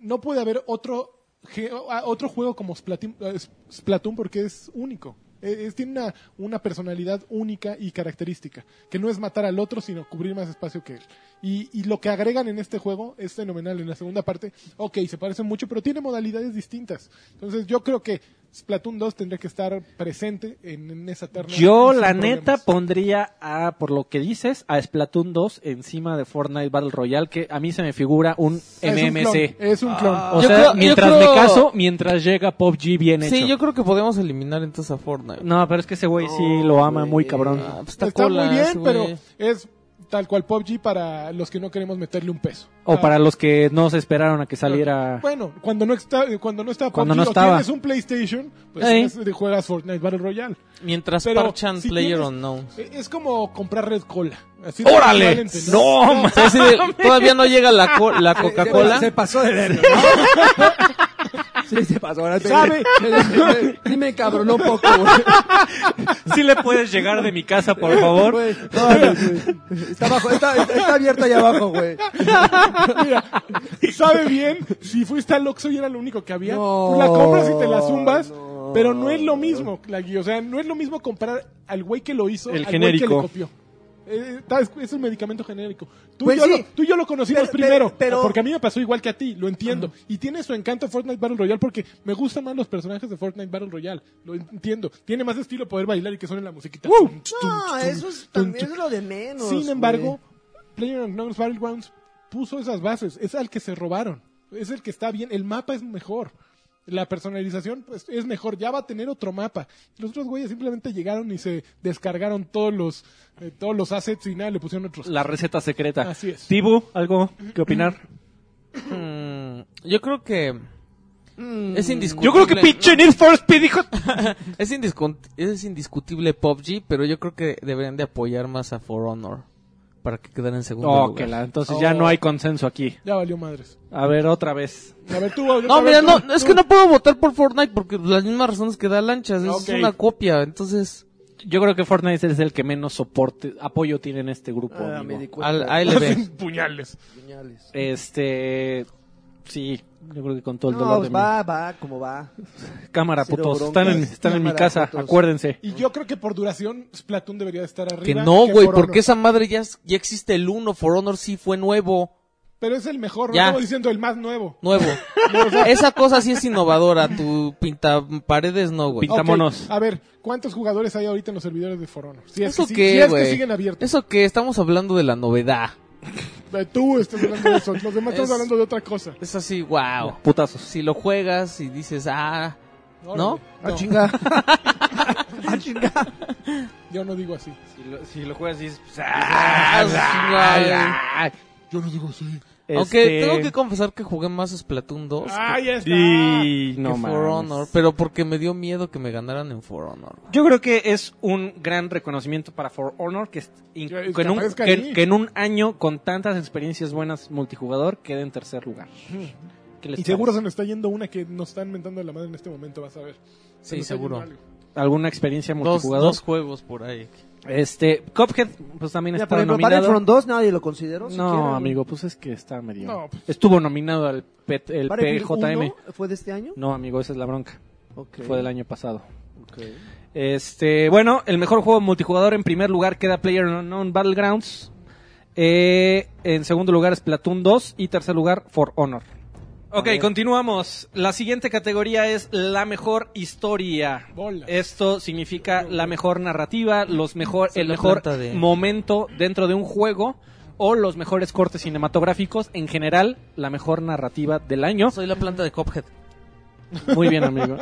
no puede haber otro, ge- a- otro juego como Splatoon, eh, Splatoon porque es único. Eh, es- tiene una, una personalidad única y característica, que no es matar al otro, sino cubrir más espacio que él. Y, y lo que agregan en este juego es fenomenal. En la segunda parte, ok, se parecen mucho, pero tiene modalidades distintas. Entonces, yo creo que Splatoon 2 tendría que estar presente en, en esa terna. Yo, sin la problemas. neta, pondría a, por lo que dices, a Splatoon 2 encima de Fortnite Battle Royale, que a mí se me figura un MMC. Es un clon. O Eh, Yo sea, creo- yo mientras creo- me caso, mientras llega PUBG bien hecho. Sí, yo creo que podemos eliminar entonces a Fortnite. No, pero es que ese güey sí lo ama muy cabrón. Ah, pues está cola muy bien, ese güey. pero es tal cual PUBG para los que no queremos meterle un peso. O Ah, para los que no se esperaron a que saliera. Bueno, cuando no está cuando no está PUBG Cuando no o estaba. tienes un PlayStation, pues Ey. es de- juegas Fortnite Battle Royale. Mientras Pero parchan si Player tienes- Unknown. E- Es como comprar Red Cola. Así de ¡Órale! equivalente, ¡No, O sea, así de- todavía no llega la, co- la Coca-Cola. Se pasó de verga. sí, se pasó. Ahora te- ¿Sabe? Dime, cabrón, un poco, güey. ¿Sí le puedes llegar de mi casa, por favor? Güey, no, güey. Está, abajo, está, está abierta allá abajo, güey. Mira, sabe bien si fuiste al Oxxo y era lo único que había. No, tú la compras y te la zumbas, no. pero no es lo mismo, Lagui. O sea, no es lo mismo comprar al güey que lo hizo El al genérico. güey que le copió. Eh, está- es un medicamento genérico. Tú, Pues y yo sí. lo, tú y yo lo conocimos Pero- primero, pero- pero- porque a mí me pasó igual que a ti, lo entiendo. Y tiene su encanto Fortnite Battle Royale porque me gustan más los personajes de Fortnite Battle Royale, lo entiendo. Tiene más estilo poder bailar y que suene la musiquita. Uh. Tum, tum, No, tum, eso es, tum, también es lo de menos. sin embargo, PlayerUnknown's Battlegrounds puso esas bases. Es al que se robaron. Es el que está bien. El mapa es mejor. La personalización pues, es mejor. Ya va a tener otro mapa. Los otros güeyes simplemente llegaron y se descargaron todos los, eh, todos los assets y nada, le pusieron otros. La receta secreta. Así es. Tibu, ¿algo que opinar? Mm, Yo creo que. Es indiscutible. Mm. Yo creo que pinche Need for Speed, hijo. Es, indiscut- es indiscutible PUBG, pero yo creo que deberían de apoyar más a For Honor para que queden en segundo Oh, lugar. que la- entonces ya no hay consenso aquí. Ya valió madres. A ver, otra vez. A ver, tú. a ver, No, a ver, mira, tú, no, tú. es que no puedo votar por Fortnite porque las mismas razones que da Lanchas, es Ok. una copia, entonces Yo creo que Fortnite es el que menos soporte, apoyo tiene en este grupo. Ah, amigo. me di cuenta. al, ahí le ve. Puñales. Este. Sí, yo creo que con todo el No, dolor pues de mi va, va, como va. Cámara, Cero putos. broncas. Están en, están en mi Cámara, casa, putos. acuérdense. Y yo creo que por duración Splatoon debería estar arriba. Que no, güey, For porque Honor. esa madre ya, es- ya existe el 1, For Honor sí fue nuevo, Pero es el mejor, no Ya. estamos diciendo el más nuevo. nuevo. esa cosa sí es innovadora, tu pinta paredes no, güey. Pinta- Pintámonos. Ok, A ver, ¿cuántos jugadores hay ahorita en los servidores de For Honor? Si es, Eso que, sí- si qué, es güey. que siguen abiertos. Eso que estamos hablando de la novedad. Eh, Tú estás hablando de eso, los demás Es- estamos hablando de otra cosa. Es así, wow. Putazos. Si lo juegas y dices, ah, ¿no? Ah, A chinga. A chinga. Yo no digo así. Si lo, juegas, dices. pues, Ah, sí, Yo no digo así. güey. Aunque tengo que confesar que jugué más Splatoon 2 este Ah, ya está. Y que Pues, no For mames. Honor, pero porque me dio miedo que me ganaran en For Honor. Yo creo que es un gran reconocimiento para For Honor que, es- in- Que- que en un, aparezca que- ahí. que en un año con tantas experiencias buenas multijugador quede en tercer lugar. ¿Qué les Y seguro parece? se nos está yendo una que nos están mentando de la madre en este momento, vas a ver. Se Sí, nos está seguro. yendo algo. alguna experiencia Dos, multijugador. dos juegos por ahí. Este Cuphead pues también Mira, está por ejemplo, nominado. Battlefront 2 nadie lo consideró. no, siquiera. amigo, pues es que está medio. No, pues. Estuvo nominado al P- el Battlefield PJM. 1 ¿Fue de este año? No, amigo, esa es la bronca. Ok. Fue del año pasado. Ok. Este, bueno, el mejor juego multijugador en primer lugar queda Player Battlegrounds. Eh, en segundo lugar es Platoon 2 y tercer lugar For Honor. Ok, continuamos. La siguiente categoría es la mejor historia. Bola. Esto significa la mejor narrativa, los mejor, Soy el la mejor planta de- momento dentro de un juego o los mejores cortes cinematográficos. En general, la mejor narrativa del año. Soy la planta de Cophead. Muy bien, amigo.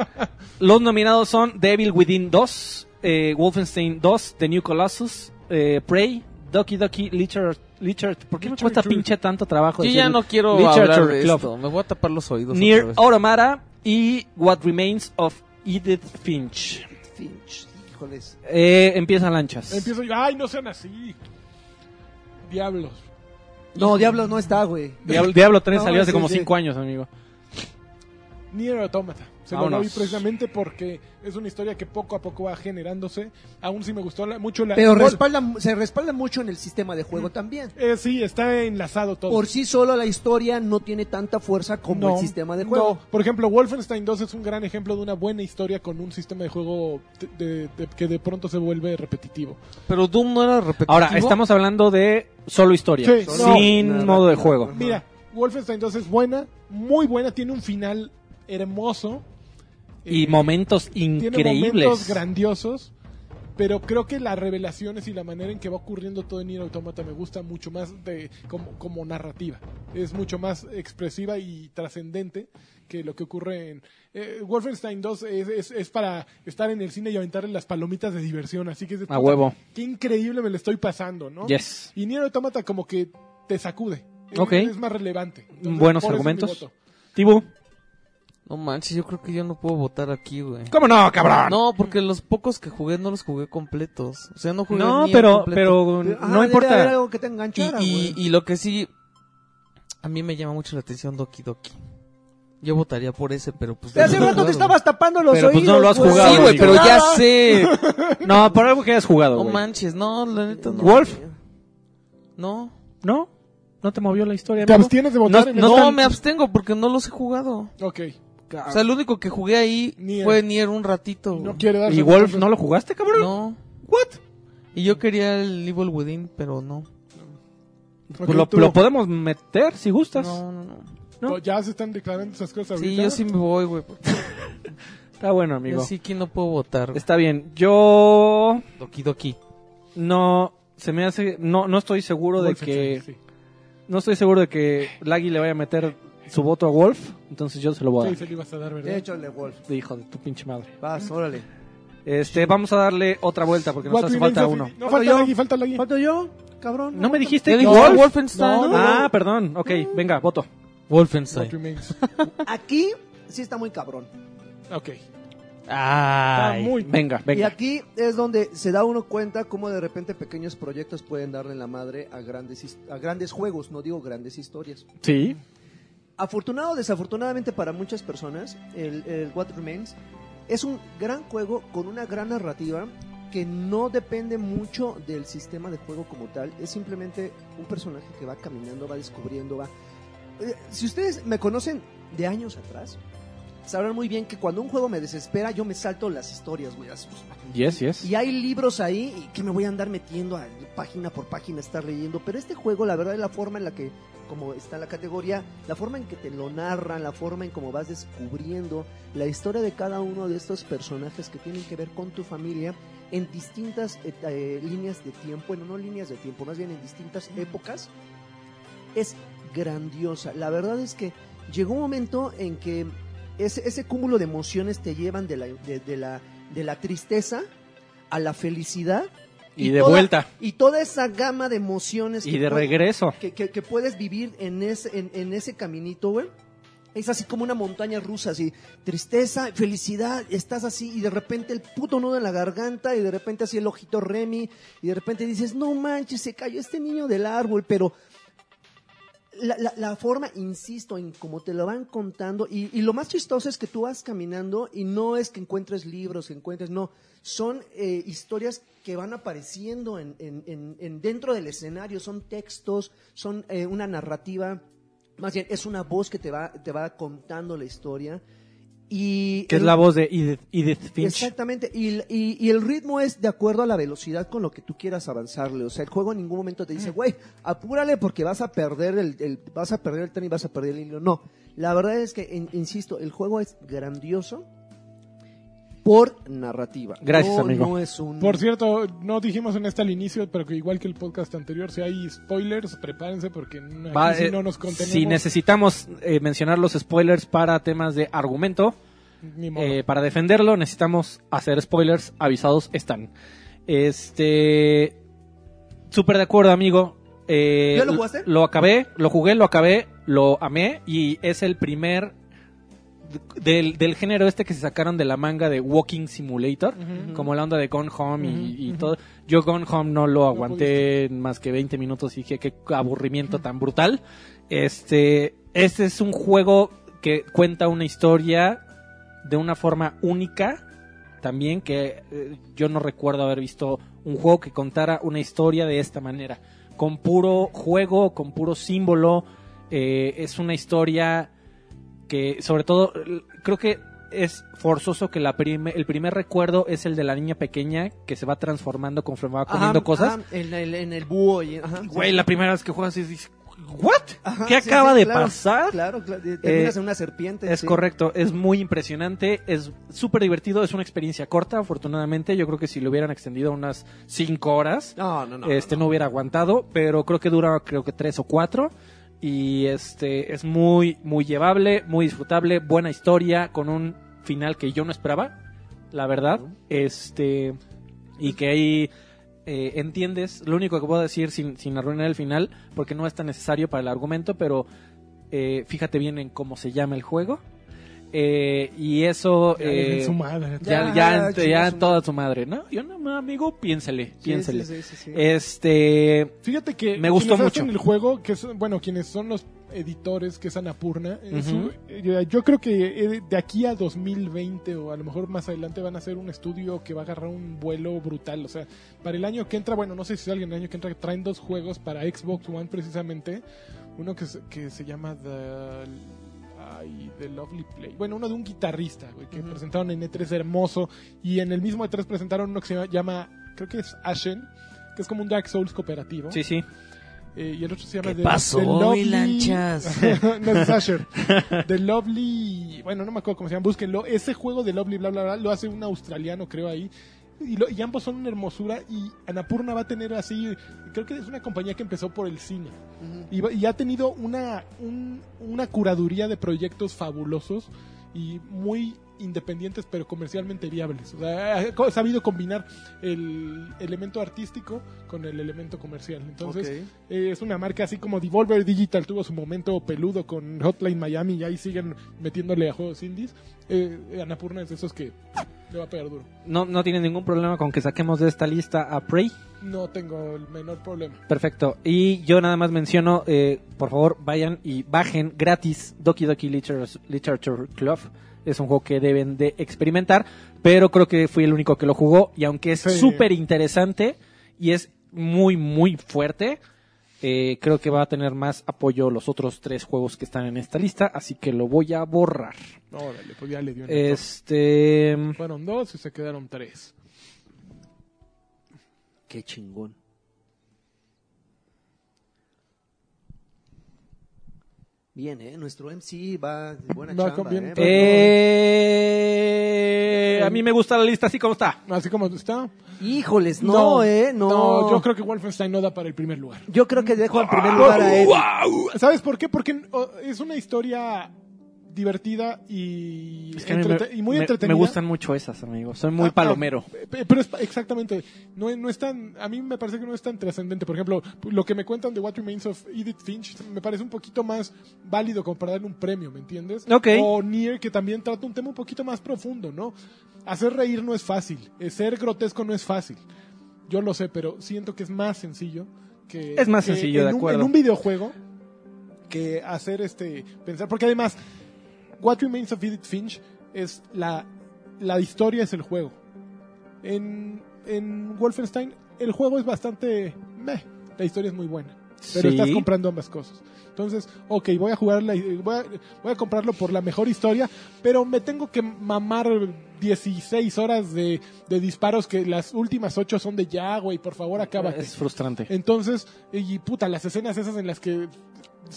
Los nominados son Devil Within 2, eh, Wolfenstein 2, The New Colossus, eh, Prey, Doki Doki Literature. Literature. ¿Por qué me cuesta pinche tanto trabajo? Yo ya decirlo? no quiero Literature hablar de Club. esto. Me voy a tapar los oídos. otra Near vez. Automata y What Remains of Edith Finch. Finch, híjoles. Eh, empiezan lanchas. Empiezo yo. ¡Ay, no sean así! Diablos. No, Diablo no está, güey. Diablo, Diablo 3 No, salió hace sí, como sí. 5 años, amigo. Nier Automata. Se lo Vámonos. vi precisamente porque es una historia que poco a poco va generándose. Aún si me gustó la- mucho la. Pero Gol. respalda, se respalda mucho en el sistema de juego también. Eh, sí, está enlazado todo. Por sí solo la historia no tiene tanta fuerza como No, el sistema de no. juego. Por ejemplo, Wolfenstein 2 es un gran ejemplo de una buena historia con un sistema de juego de- de- de- que de pronto se vuelve repetitivo. Pero Doom no era repetitivo. Ahora, estamos hablando de solo historia. Sí, no. sin Nada, modo de nada. juego. Mira, Wolfenstein 2 es buena, muy buena, tiene un final hermoso. Y Eh, momentos Tiene momentos increíbles. grandiosos, pero creo que las revelaciones y la manera en que va ocurriendo todo en Nier Automata me gusta mucho más de como, como narrativa. Es mucho más expresiva y trascendente que lo que ocurre en... eh, Wolfenstein 2 es, es- es para estar en el cine y aventarle las palomitas de diversión, así que... es de- A huevo. Qué increíble me lo estoy pasando, ¿no? Yes. Y Nier Automata como que te sacude. Es- Ok. Es más relevante. Entonces, Buenos por eso es mi argumentos. voto. Tibu. No manches, yo creo que yo no puedo votar aquí, güey. ¿Cómo no, cabrón? No, porque los pocos que jugué no los jugué completos. O sea, no jugué No, ni pero, completo. pero Ah, no debe haber importa. algo que te Y, enganchara, y- güey. y lo que sí, a mí me llama mucho la atención Doki Doki. Yo votaría por ese, pero pues... De hace no lo he rato te jugado. estabas tapando los Pero, oídos. pues, no lo has güey. jugado, Sí, güey, pero ya Ah. sé. No, por algo que hayas jugado. No güey. manches, no, la neta no. Wolf, No, ¿no? ¿No te movió la historia? ¿Te amigo? abstienes de No- votar? no no, tan- me abstengo porque no los he jugado. Ok. O sea, lo único que jugué ahí Nier. fue Nier un ratito. No güey. quiere dar ¿Y Wolf no lo jugaste, cabrón? No. ¿What? Y yo quería el Evil Within, pero no. Ok, Pues lo, tú. lo podemos meter si gustas. No, no, no. ¿No? Ya se están declarando esas cosas Sí, ahorita. yo sí me voy, güey. Está bueno, Yo amigo. sí que no puedo votar. güey. Está bien. Yo Doki Doki. no se me hace no no estoy seguro de que Wolfenstein, sí. no estoy seguro de que Laggy le vaya a meter su voto a Wolf, entonces yo se lo voy a Sí, dar. se lo ibas a dar, ¿verdad? De hecho, le Wolf. De Hijo de tu pinche madre. Vas, órale. Este, vamos a darle otra vuelta porque nos What hace remains falta of- uno. No, Falta falta yo. Lagui, falta Lagui. ¿Falto yo? Cabrón. ¿No me dijiste Yo que dije Wolf? Wolfenstein. No, Ah, perdón. Ok, venga, voto. What Wolfenstein. remains. Aquí sí está muy cabrón. Ok. Ah, Ay, muy- venga, Y venga. aquí es donde se da uno cuenta cómo de repente pequeños proyectos pueden darle la madre a grandes, his- a grandes juegos, no digo grandes historias. Sí. Afortunado o desafortunadamente para muchas personas, el, el What Remains es un gran juego con una gran narrativa que no depende mucho del sistema de juego como tal. Es simplemente un personaje que va caminando, va descubriendo, va... Eh, Si ustedes me conocen de años atrás, sabrán muy bien que cuando un juego me desespera, yo me salto las historias, güey. así, pues, Yes, yes. y hay libros ahí y que me voy a andar metiendo a página por página, estar leyendo. Pero este juego, la verdad, la forma en la que, como está la categoría, la forma en que te lo narran, la forma en cómo vas descubriendo la historia de cada uno de estos personajes que tienen que ver con tu familia en distintas eh, eh, líneas de tiempo, bueno, no líneas de tiempo, más bien en distintas épocas, es grandiosa. La verdad es que llegó un momento en que ese, ese cúmulo de emociones te llevan de la, de- de la, de la tristeza a la felicidad. Y de toda- vuelta. Y toda esa gama de emociones Y que de puede- regreso. que, que- que puedes vivir en ese, en, en ese caminito, güey. Es así como una montaña rusa, así, tristeza, felicidad, estás así y de repente el puto nudo en la garganta y de repente así el ojito Remy y de repente dices, no manches, se cayó este niño del árbol, pero la, la- la forma, insisto, en cómo te lo van contando y, y lo más chistoso es que tú vas caminando y no es que encuentres libros, que encuentres, no, son eh, historias que van apareciendo en, en- en- en- dentro del escenario, son textos, son eh, una narrativa, más bien es una voz que te va, te va contando la historia Y Que es el- la voz de Edith, Edith Finch. Exactamente, y, el- y- y el ritmo es de acuerdo a la velocidad con lo que tú quieras avanzarle. O sea, el juego en ningún momento te dice, güey, apúrale porque vas a perder el, el- vas a perder el tren y vas a perder el hilo. No, la verdad es que, in- insisto, el juego es grandioso por narrativa. Gracias, No- amigo. No es un... Por cierto, no dijimos en este al inicio, pero que igual que el podcast anterior, si hay spoilers, prepárense porque aquí Va, si eh, no nos contenemos. si necesitamos eh, mencionar los spoilers para temas de argumento, ni modo. eh, para defenderlo necesitamos hacer spoilers, avisados están. Este, súper de acuerdo, amigo. Eh, ¿Ya lo jugaste? Lo acabé, lo jugué, lo acabé, lo amé y es el primer del, del género este que se sacaron de la manga de Walking Simulator, como la onda de Gone Home y- y, todo. Yo Gone Home no lo aguanté más que 20 minutos y dije qué aburrimiento tan brutal. Este, este es un juego que cuenta una historia de una forma única también que eh, yo no recuerdo haber visto un juego que contara una historia de esta manera con puro juego con puro símbolo eh, es una historia que sobre todo l- creo que es forzoso que la prime- el primer recuerdo es el de la niña pequeña que se va transformando conforme va Ajá, comiendo cosas ajá, en, el, en el búho. y- ajá, güey sí. la primera vez que juegas y dices what Ajá, qué sí, acaba sí, de claro, pasar Claro, claro, eh, terminas Eh, en una serpiente. es sí. correcto, es muy impresionante, es súper divertido, es una experiencia corta, afortunadamente. Yo creo que si lo hubieran extendido unas 5 horas, No, no, no. este no hubiera aguantado, pero creo que dura creo que 3 o 4 y este es muy muy llevable, muy disfrutable, buena historia con un final que yo no esperaba, la verdad. Este y que ahí eh, entiendes, lo único que puedo decir sin, sin arruinar el final, porque no es tan necesario para el argumento, pero eh, fíjate bien en cómo se llama el juego. Eh, y eso Ya, dejen eh, su madre. ya, Ya, ya, chinga ya su toda su madre, ¿no? Yo no, amigo, piénsele, Sí, piénsele. Eh, sí, sí, sí, sí. Este, Fíjate que Me gustó quienes mucho. hacen el juego, que son, bueno, quienes son los editores, que es Anapurna, en su- Ujú. eh, yo creo que eh, de aquí a 2020 o a lo mejor más adelante van a hacer un estudio que va a agarrar un vuelo brutal. O sea, para el año que entra, bueno, no sé si alguien el año que entra, traen dos juegos para Xbox One precisamente. Uno que se, que se llama The, ay, The Lovely Play. Bueno, uno de un guitarrista, güey, que presentaron en E3 hermoso. Y en el mismo E3 presentaron uno que se llama, creo que es Ashen, que es como un Dark Souls cooperativo. sí, sí. Eh, y el otro se llama ¿Qué The, pasó, The Lovely... lanchas? no es Asher. The Lovely... Bueno, no me acuerdo cómo se llama. Búsquenlo. Ese juego de Lovely, bla, bla, bla, lo hace un australiano, creo, ahí. Y, lo- y ambos son una hermosura. Y Anapurna va a tener así... Creo que es una compañía que empezó por el cine. y, va- y ha tenido una, un- una curaduría de proyectos fabulosos y muy independientes pero comercialmente viables. O sea, ha co- sabido combinar el elemento artístico con el elemento comercial. Entonces, eh, es una marca así como Devolver Digital tuvo su momento peludo con Hotline Miami y ahí siguen metiéndole a juegos indies. Eh, Anapurna es de esos que le va a pegar duro. No, no tiene ningún problema con que saquemos de esta lista a Prey. No tengo el menor problema. Perfecto. Y yo nada más menciono, eh, por favor, vayan y bajen gratis Doki Doki Literas- Literature Club. Es un juego que deben de experimentar, pero creo que fui el único que lo jugó y aunque es Sí. súper interesante y es muy, muy fuerte, eh, creo que va a tener más apoyo los otros tres juegos que están en esta lista, así que lo voy a borrar. Órale, pues ya le dio. en el Este... top. Fueron dos y se quedaron tres. Qué chingón. Bien, ¿eh? Nuestro MC va de buena Va chamba, con bien ¿eh? todo. Eh, a mí me gusta la lista así como está. Así como está. Híjoles, no, ¿eh? No. yo creo Ah, que Wolfenstein no da para el primer lugar. Yo creo que dejo en primer lugar a Eddie. ¿Sabes por qué? Porque oh, es una historia divertida y, Es que a mí entrete- me, y muy me- entretenida. me gustan mucho esas, amigos. Soy muy Ah, ah, palomero. pe- pero es pa- exactamente, no, no es tan, a mí me parece que no es tan trascendente. Por ejemplo, lo que me cuentan de What Remains of Edith Finch me parece un poquito más válido como para darle un premio, ¿me entiendes? Ok. O Nier, que también trata un tema un poquito más profundo, ¿no? Hacer reír no es fácil, eh, ser grotesco no es fácil. Yo lo sé, pero siento que es más sencillo que... Es más que sencillo, en de un- acuerdo. en un videojuego que hacer este pensar porque además What Remains of Edith Finch es la la historia es el juego en en Wolfenstein el juego es bastante meh, la historia es muy buena pero Sí. estás comprando ambas cosas. Entonces, ok, voy a jugar, la- voy, a, voy a comprarlo por la mejor historia, pero me tengo que mamar 16 horas de, de disparos que las últimas 8 son de ya, güey, por favor, acaba. Es frustrante. Entonces, y puta, las escenas esas en las que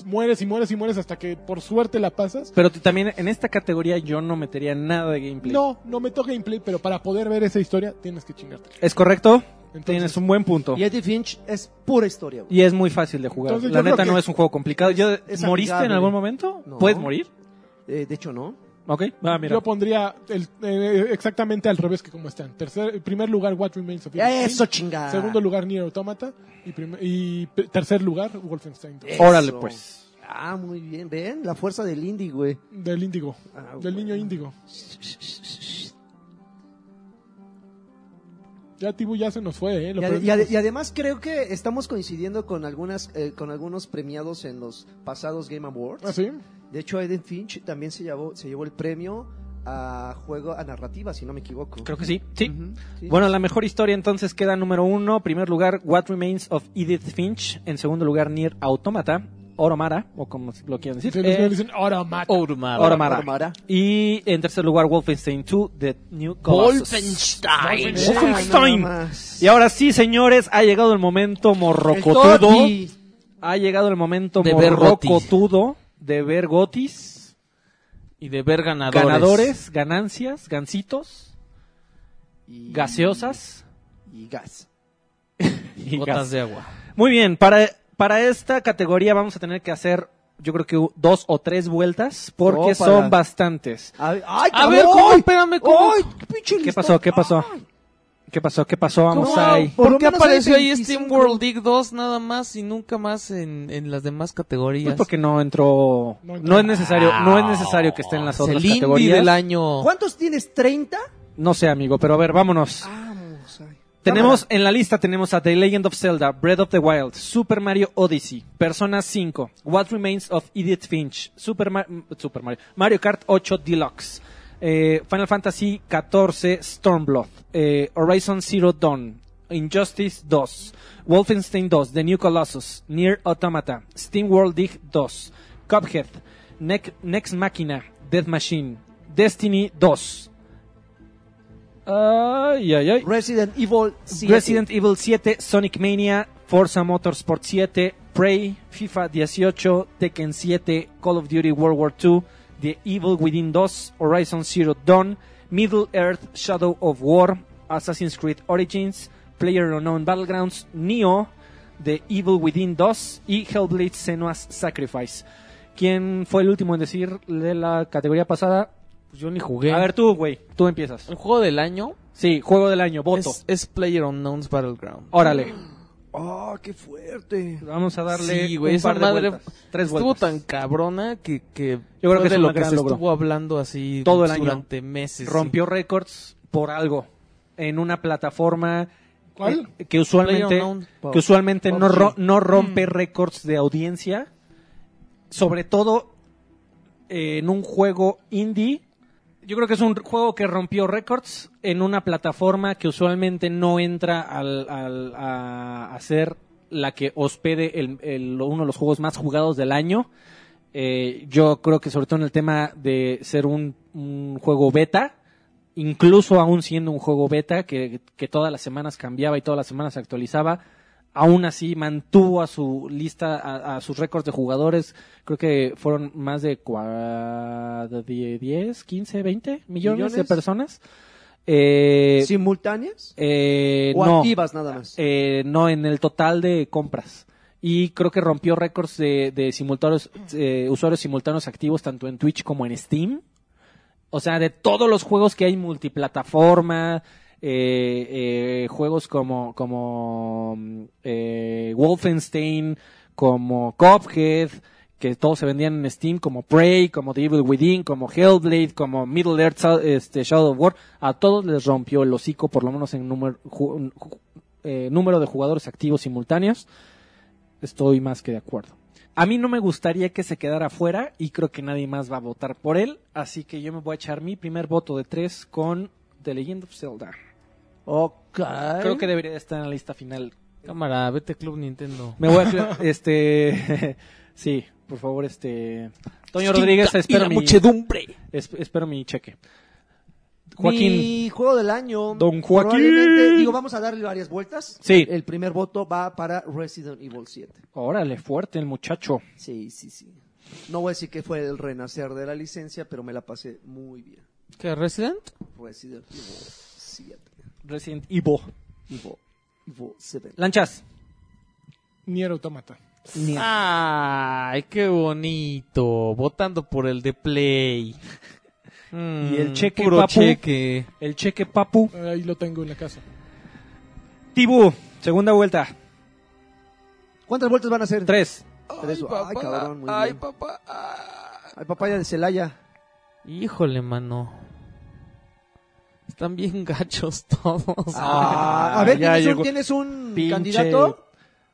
mueres y mueres y mueres hasta que por suerte la pasas. Pero t- también en esta categoría yo no metería nada de gameplay. No, no me toca gameplay, pero para poder ver esa historia tienes que chingarte. ¿Es correcto? Entonces- Tienes un buen punto. Y Eddie Finch es pura historia, güey. Y es muy fácil de jugar. Entonces, la yo creo neta que no es un juego complicado. Yo- es ¿Moriste en amigable. algún momento? No. ¿Puedes morir? Eh, de hecho, no. Ok. Ah, mira. Yo pondría el- eh, exactamente al revés que como están. Tercer, primer lugar, What Remains of Edith Finch. Eso, chingada. Segundo lugar, Nier Automata. Y, prim- y pe- tercer lugar, Wolfenstein. Eso. Órale, pues. Ah, muy bien. Ven, la fuerza del indie, güey. Del índigo. Ah, del niño índigo. Ya Tibu ya se nos fue, ¿eh? Lo Y, ade- perdimos. y ade- y además creo que estamos coincidiendo con algunas eh, con algunos premiados en los pasados Game Awards. ¿Ah, sí? De hecho, Eden Finch también se llevó se llevó el premio a juego a narrativa, si no me equivoco. Creo que sí. Sí. Ujú, sí. Bueno, la mejor historia entonces queda número uno. Primer lugar, What Remains of Edith Finch. En segundo lugar, Nier Automata. Oromara, o como lo quieran Se decir. nos Eh, le dicen Automat. Ormar. Oromara. Y en tercer lugar, Wolfenstein 2, The New Colossus. Wolfenstein. Wolfenstein. Nada más. Y ahora sí, señores, ha llegado el momento morrocotudo. Ha llegado el momento De ver Gotis. morrocotudo de ver gotis, Y de ver ganadores. ganadores, ganancias, gancitos, Y- gaseosas Y gas. y Gotas gas. de agua. Muy bien, para, para esta categoría vamos a tener que hacer, yo creo que dos o tres vueltas, porque Ópala. son bastantes. A ver, ay, A ver, cabrón, ¿cómo? ay, Espérame, ¿cómo? ay, qué pinche ¿Qué listón. pasó? ¿Qué pasó? ¿Qué pasó? ¿Qué pasó? Vamos ¿Cómo? ahí. Por ¿Por, lo qué menos hay apareció ahí 25? Steam World League 2 nada más y nunca más en, en las demás Pues categorías? porque no entró, No entró. no es necesario, no es necesario que esté en las el otras indie categorías. del año. ¿Cuántos tienes? ¿30? No sé, amigo, pero a ver, Ah, vámonos. Vamos. ay. Tenemos en la lista tenemos a The Legend of Zelda, Breath of the Wild, Super Mario Odyssey, Persona 5, What Remains of Edith Finch, Super, Ma- mm, Super Mario, Mario Kart 8 Deluxe, eh, Final Fantasy 14 Stormblood, eh, Horizon Zero Dawn, Injustice 2, Wolfenstein 2, The New Colossus, Nier Automata, Steam World Dig 2, Cuphead, Nec- Nex Machina, Death Machine, Destiny 2. Ay, ay, ay. Resident Evil 7. Resident Evil 7, Sonic Mania, Forza Motorsport 7, Prey, FIFA 18, Tekken 7, Call of Duty World War II, The Evil Within 2, Horizon Zero Dawn, Middle Earth Shadow of War, Assassin's Creed Origins, Player Unknown Battlegrounds, Neo, The Evil Within 2 y Hellblade Senua's Sacrifice. ¿Quién fue el último en decir de la categoría pasada? Pues yo ni jugué. A ver tú, güey, tú empiezas. el juego del año Sí, juego del año, voto. es, es Player Unknown's Battleground. Órale. Oh, qué fuerte. Vamos a darle Sí, güey, un esa par de madre vueltas. Tres Estuvo vueltas. tan cabrona que, que Yo creo fue que es de un lo que gran se logro. estuvo hablando así Todo el año. durante meses. Rompió récords por algo. En una plataforma ¿Cuál? que, que usualmente, PlayerUnknown. que usualmente no, PUBG. ro- no rompe récords de audiencia. Sobre todo eh, en un juego indie. Yo creo que es un juego que rompió récords en una plataforma que usualmente no entra al, al- a, a ser la que hospede el- el- uno de los juegos más jugados del año. Eh, yo creo que sobre todo en el tema de ser un, un juego beta, incluso aún siendo un juego beta que, que todas las semanas cambiaba y todas las semanas se actualizaba, aún así mantuvo a su lista, a, a sus récords de jugadores, creo que fueron más de cua- de 10, 15, 20 millones, de ¿Millones? personas. Eh, ¿Simultáneas? eh, ¿O no. activas nada más? Eh, no, en el total de compras. Y creo que rompió récords de, de simultáneos, eh, usuarios simultáneos activos tanto en Twitch como en Steam. O sea, de todos los juegos que hay multiplataforma, eh, eh, juegos como, como mm, eh, Wolfenstein, como Cuphead, que todos se vendían en Steam, como Prey, como The Evil Within, como Hellblade, como Middle Earth Sa- este, Shadow of War, a todos les rompió el hocico, por lo menos en número, ju- ju- eh, número de jugadores activos simultáneos. Estoy más que de acuerdo. A mí no me gustaría que se quedara fuera y creo que nadie más va a votar por él, así que yo me voy a echar mi primer voto de tres con The Legend of Zelda. Ok. Creo que debería estar en la lista final. Cámara, vete Club Nintendo. Me voy a... cla- este... sí, por favor, este... Toño Rodríguez, espero mi, muchedumbre. es- espero mi cheque. Joaquín. Mi juego del año. Don Joaquín. probablemente- Digo, vamos a darle varias vueltas. Sí. El primer voto va para Resident Evil 7. Órale, fuerte el muchacho. Sí, sí, sí. No voy a decir que fue el renacer de la licencia, pero me la pasé muy bien. ¿Qué, Resident? Resident Evil 7. Resident Evil. Evil, Evil 7. Lanchas. Nier Automata. Ah. Ay, qué bonito. Votando por el de Play. Mm, Y el cheque, puro papu. cheque. El cheque papu. Ahí lo tengo en la casa. Tibu. Segunda vuelta. ¿Cuántas vueltas van a hacer? Tres. Tres. Ay, cabrón, muy bien. papá. Ay, papaya de Celaya. Híjole, mano. Están bien gachos todos. Ah, a ver, ya ¿tienes llegó. un, tienes un Pinche candidato? El, cu-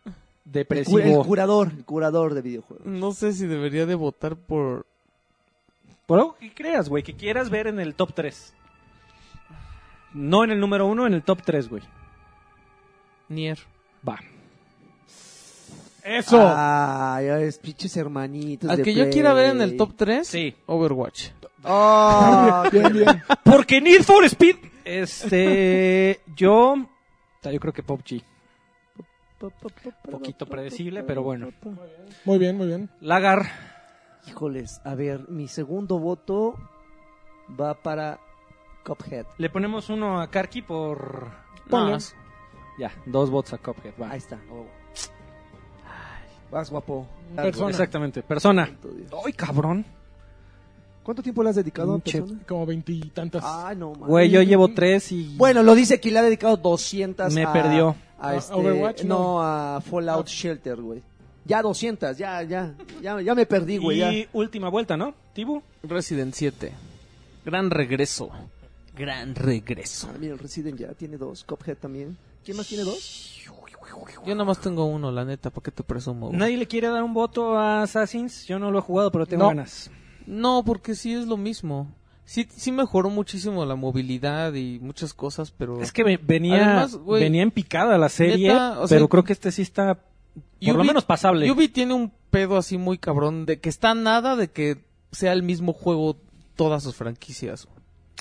el Depresivo. curador, el curador de videojuegos. No sé si debería de votar por... Por algo que creas, güey, que quieras ver en el top 3. No en el número uno, en el top 3, güey. Nier. Va. Ah, ¡Eso! Ay, es pinches hermanitos. Al de que yo Play. quiera ver en el top 3, Sí. Overwatch. Ah, Bien, bien. Porque Need for Speed. Este. yo. ta, Yo creo que PUBG. Poquito predecible, pero bueno. Muy bien, muy bien. Lagar. Híjoles, a ver, mi segundo voto va para Cuphead. Le ponemos uno a Karki por. Ponle. No, Ya, dos bots a Cuphead. Va. Ahí está. oh. Vas guapo. Persona. Exactamente, persona. Santo Dios. Ay, cabrón. ¿Cuánto tiempo le has dedicado a Pinche- persona? Como veintitantas. Ah, no, man. Güey, yo llevo tres y. Bueno, lo dice que le ha dedicado 200 Me a, perdió. a ¿A este, Overwatch? no. No. a Fallout Shelter, güey. Ya 200, ya, ya, ya, ya me perdí, güey. ya. y última vuelta, ¿no? Tibu. Resident 7. Gran regreso. Gran regreso. Ah, mira, el Resident ya tiene dos, Cuphead también. ¿Quién más tiene dos? Yo nada más tengo uno, la neta, ¿para qué te presumo? güey? Nadie le quiere dar un voto a Assassins. Yo no lo he jugado, pero tengo No. ganas. No, porque sí es lo mismo. Sí, sí mejoró muchísimo la movilidad y muchas cosas, pero... Es que ve- venía, Además, güey, venía en picada la serie, neta, o sea, pero creo que este sí está por lo Ubi- menos pasable. Ubi tiene un pedo así muy cabrón de que está nada de que sea el mismo juego todas sus franquicias.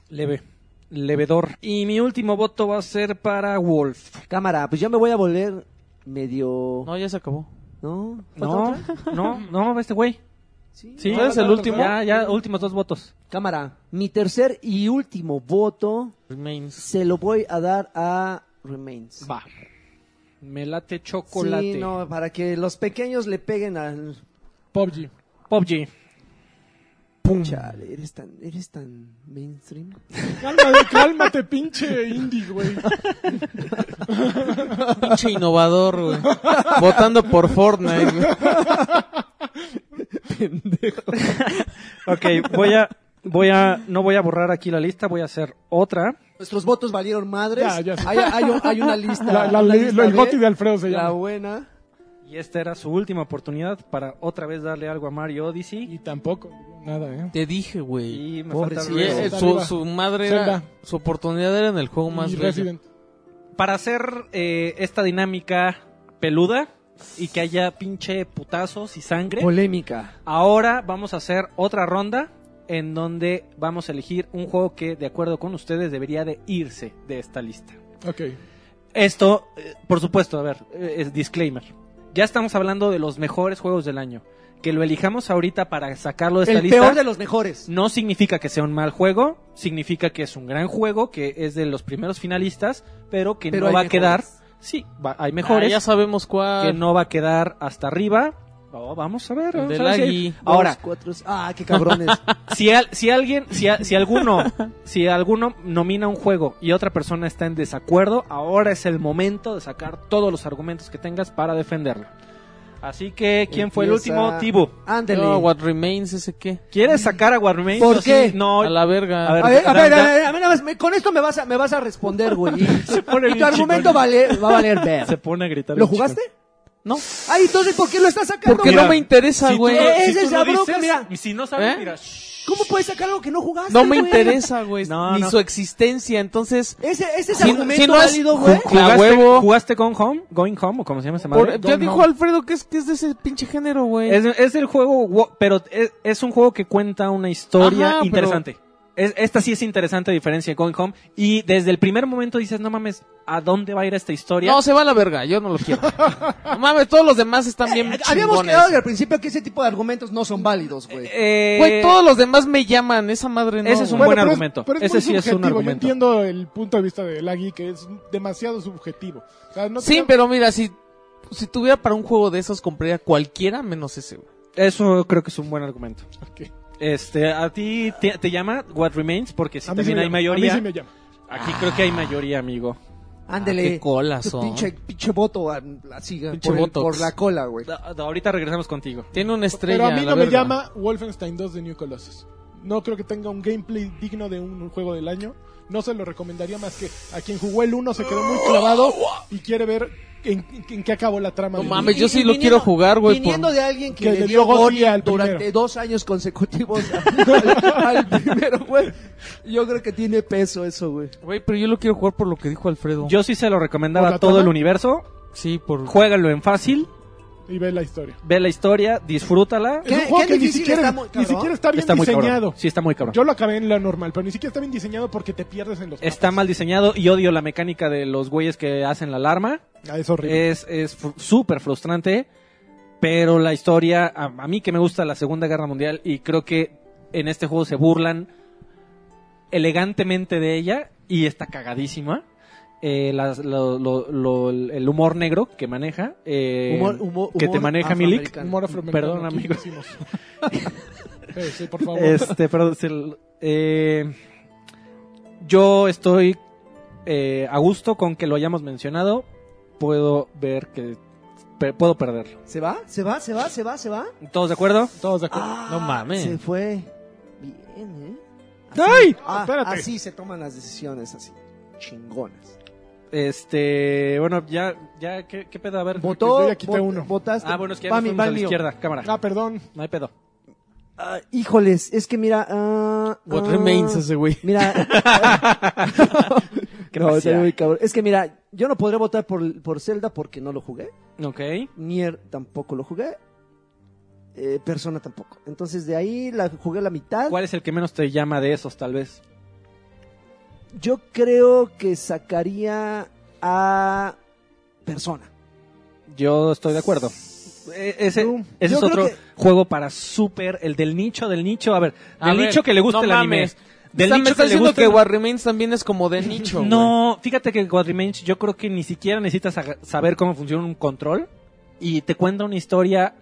Leve. Levedor. Y mi último voto va a ser para Wolf. Cámara, pues yo me voy a volver medio... No, ya se acabó. ¿No? ¿Falta No, otra? no, no, este güey. Sí. Sí, ¿No eres el último? Ya, ya, últimos dos votos. Cámara, mi tercer y último voto Remains. se lo voy a dar a Remains. Va. Me late chocolate. Sí, no, para que los pequeños le peguen al... PUBG. PUBG. Chale, eres tan, eres tan mainstream. Cálmate, cálmate, pinche indie, güey. Pinche innovador, güey. Votando por Fortnite, güey. Ok, voy a, voy a, no voy a borrar aquí la lista, voy a hacer otra. Nuestros votos valieron madres. Ya, ya sé. Hay, hay- hay una lista. La- la- una la- lista el B, goti de Alfredo se La llama. buena. Y esta era su última oportunidad para otra vez darle algo a Mario Odyssey. Y tampoco. Nada, ¿eh? Te dije, güey. Y me Pobrecito. Sí, falta Resident. eh, Está su, arriba. su madre era, Zelda. su oportunidad era en el juego más Y bello. Resident. para hacer eh, esta dinámica peluda y que haya pinche putazos y sangre, Polémica. ahora vamos a hacer otra ronda en donde vamos a elegir un juego que, de acuerdo con ustedes, debería de irse de esta lista. Ok. Esto, eh, por supuesto, a ver, eh, es disclaimer. Ya estamos hablando de los mejores juegos del año. Que lo elijamos ahorita para sacarlo de esta el lista. peor de los mejores. No significa que sea un mal juego, significa que es un gran juego, que es de los primeros finalistas, pero que Pero no hay va a mejores. quedar. Sí, va- hay Ah, mejores, ya sabemos que cuál. no va a quedar hasta arriba. Oh, vamos a ver. El vamos de a ver si hay- Lagui. Dos, Ahora, cuatro, ah, qué cabrones. si, al- si alguien, si, a- si alguno, si alguno nomina un juego y otra persona está en desacuerdo, ahora es el momento de sacar todos los argumentos que tengas para defenderlo. Así que, ¿quién fue el Empieza- último? Tibu. Ándele. No, What Remains, ese qué. ¿Quieres sacar a Warmain? ¿Por Sí, qué? No, A la verga. A ver, a ver, a ver, a Dan- ver, a ver, nada más, me- con esto me vas a, me vas a responder, güey. Y, se pone y bien tu argumento chingón. vale, va a valer ver. Se pone a gritar. ¿Lo bien jugaste? chingón. No, Ay, entonces, ¿por qué lo estás sacando? porque güey? no me interesa, Si tú güey. no- Eh, si ese tú es no la bronca, dices, mira. y si no sabes, ¿Eh? mira, shh, ¿Cómo puedes sacar algo que no jugaste? No me güey? interesa, güey. No, ni no. su existencia. Entonces, Ese, ese es Si- argumento si no es válido, güey. ju- ¿Jugaste, A huevo. ¿Jugaste con Home? ¿Going Home o cómo se llama esa madre? por- ya dijo Alfredo que es, que es de ese pinche género, güey. Es, es el juego, wo- pero es, es un juego que cuenta una historia Ajá, pero- interesante. Es- esta sí es interesante a diferencia de Going Home. Y desde el primer momento dices, no mames, ¿a dónde va a ir esta historia? No, se va a la verga. Yo no lo quiero. No mames, todos los demás están bien Habíamos chingones. quedado que al principio que ese tipo de argumentos no son válidos, güey. Eh, Güey, todos los demás me llaman. Esa madre no. Ese es un güey. buen pero argumento. pero Ese muy sí es un subjetivo. Yo argumento. entiendo el punto de vista de Lagui que es demasiado subjetivo. O sea, no Sí, tenemos- pero mira, si, si tuviera para un juego de esos, compraría cualquiera menos ese, güey. Eso creo que es un buen argumento. Ok. Este, a ti te, te llama What Remains porque si A mí sí también me hay llama, A mayoría. mí sí me llama. Aquí creo que hay mayoría, amigo. Ándele. ah, qué colas Tu son. pinche, pinche voto a- así, ah, Pinche por, el- botox. por la cola, güey. Da- da- ahorita regresamos contigo. Tiene una estrella. Pero a mí la no me verga. llama Wolfenstein 2 de New Colossus. No creo que tenga un gameplay digno de un juego del año. No se lo recomendaría más que a quien jugó el 1 se quedó muy clavado y quiere ver en, en qué acabó la trama. No del mames, uno. yo sí lo quiero jugar, güey, Viniendo por- de alguien que, que le dio Gotti al durante primero. dos años consecutivos al, al primero, güey. Yo creo que tiene peso eso, güey. Güey, pero yo lo quiero jugar por lo que dijo Alfredo. Yo sí se lo recomendaba ¿Por la a todo trama? el universo. Sí, por. Juégalo en fácil, Y ve la historia. ve la historia, disfrútala. ¿Qué- es un juego qué que ni difícil siquiera, está muy- ni cabrón? siquiera está bien Está muy diseñado. cabrón. Sí, está muy cabrón. Yo lo acabé en la normal, pero ni siquiera está bien diseñado porque te pierdes en los Está mal mapas. diseñado y odio la mecánica de los güeyes que hacen la alarma. Ah, es horrible. Es es fr- súper frustrante, pero la historia, a, a mí que me gusta la Segunda Guerra Mundial y creo que en este juego se burlan elegantemente de ella y está cagadísima. Eh, las- lo- lo- lo- el humor negro que maneja, eh, Humor- humor- que te humor maneja Milik. afroamericano. Humor afroamericano, Perdón, aquí amigo. lo hicimos. Eh, sí, por favor. Este, perdón, se l- eh, yo estoy eh, a gusto con que lo hayamos mencionado. Puedo ver que pe- puedo perderlo. ¿Se va? ¿Se va? ¿Se va? ¿Se va? ¿Se va? ¿Todos de acuerdo? Todos de acuerdo. Ah, No mames. Se fue. Bien, ¿eh? Así, ¡Ay! ah, Espérate. así se toman las decisiones, así. Chingonas. Este, bueno, ya, ya, ¿qué, qué pedo? A ver. Votó. yo ya quité vot- uno. Votaste. Ah, bueno, es que ya Va nos mi- fuimos va a el la mío. izquierda, cámara. Ah, perdón. No hay pedo. Ah, híjoles, es que mira. ah, What ah, remains ese, güey. Mira. no, está muy cabrón. Es que mira, yo no podré votar por, por Zelda porque no lo jugué. Ok. Nier tampoco lo jugué. eh, Persona tampoco. Entonces de ahí la jugué la mitad. ¿Cuál es el que menos te llama de esos, tal vez? Yo creo que sacaría a Persona. Yo estoy de acuerdo. E- Ese, Doom. ese Yo es creo otro que- juego para súper, el del nicho, del nicho, a ver, A del ver, nicho que le gusta no el anime. mames. Del Está- me nicho está que le diciendo gusta que el- War Remains también es como de nicho, güey. No, fíjate que God Remains yo creo que ni siquiera necesitas sa- saber cómo funciona un control y te cuenta una historia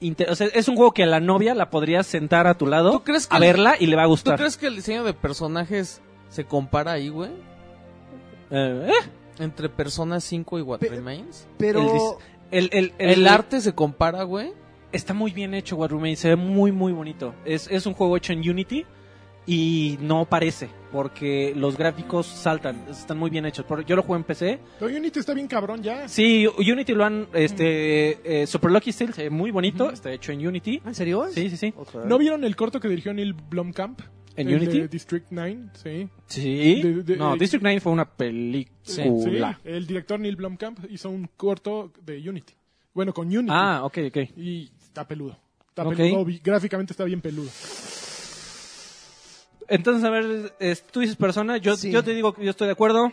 inte- o sea, es un juego que a la novia la podrías sentar a tu lado ¿Tú crees que a el- verla y le va a ¿Tú gustar. crees que el diseño de personajes se compara ahí, güey? Eh, ¿eh? Entre Persona 5 y What Pe- Remains. Pero. El dis- El, el- el- El, arte se compara, güey. está muy bien hecho, What Remains, se ve muy muy bonito. Es, es un juego hecho en Unity y no parece porque los gráficos saltan, están muy bien hechos. Por- Yo lo juego en PC. Pero Unity está bien cabrón ya. Sí, Unity lo han este eh, Super Lucky Steel se ve muy bonito, está hecho en Unity. ¿Ah, ¿En serio? Sí, sí, sí. Otra vez. ¿No vieron el corto que dirigió Neil Blomkamp? ¿En El Unity? de District 9, sí. Sí. De- de- no, eh, District 9 fue una película. Sí, el director Neil Blomkamp hizo un corto de Unity. Bueno, con Unity. Ah, ok, ok. Y está peludo. Está Ok. peludo, vi- gráficamente está bien peludo. Entonces, a ver, es- tú dices persona, yo, yo te digo que yo estoy de acuerdo.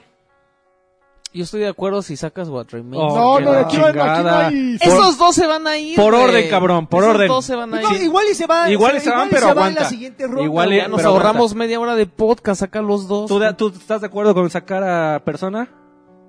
Yo estoy de acuerdo si sacas What Remains. no, Oh, qué no, la aquí no, hay- aquí no chingada. hay... Esos dos se van a ir. Por güey. orden, cabrón, por Esos orden. dos se van a ir. No, igual y se va. Igual se- y se van, y pero va en aguanta. la siguiente ronda. Igual y- güey. ya nos pero aguanta. ahorramos media hora de podcast. Saca los dos. ¿Tú, da- ¿Tú estás de acuerdo con sacar a persona?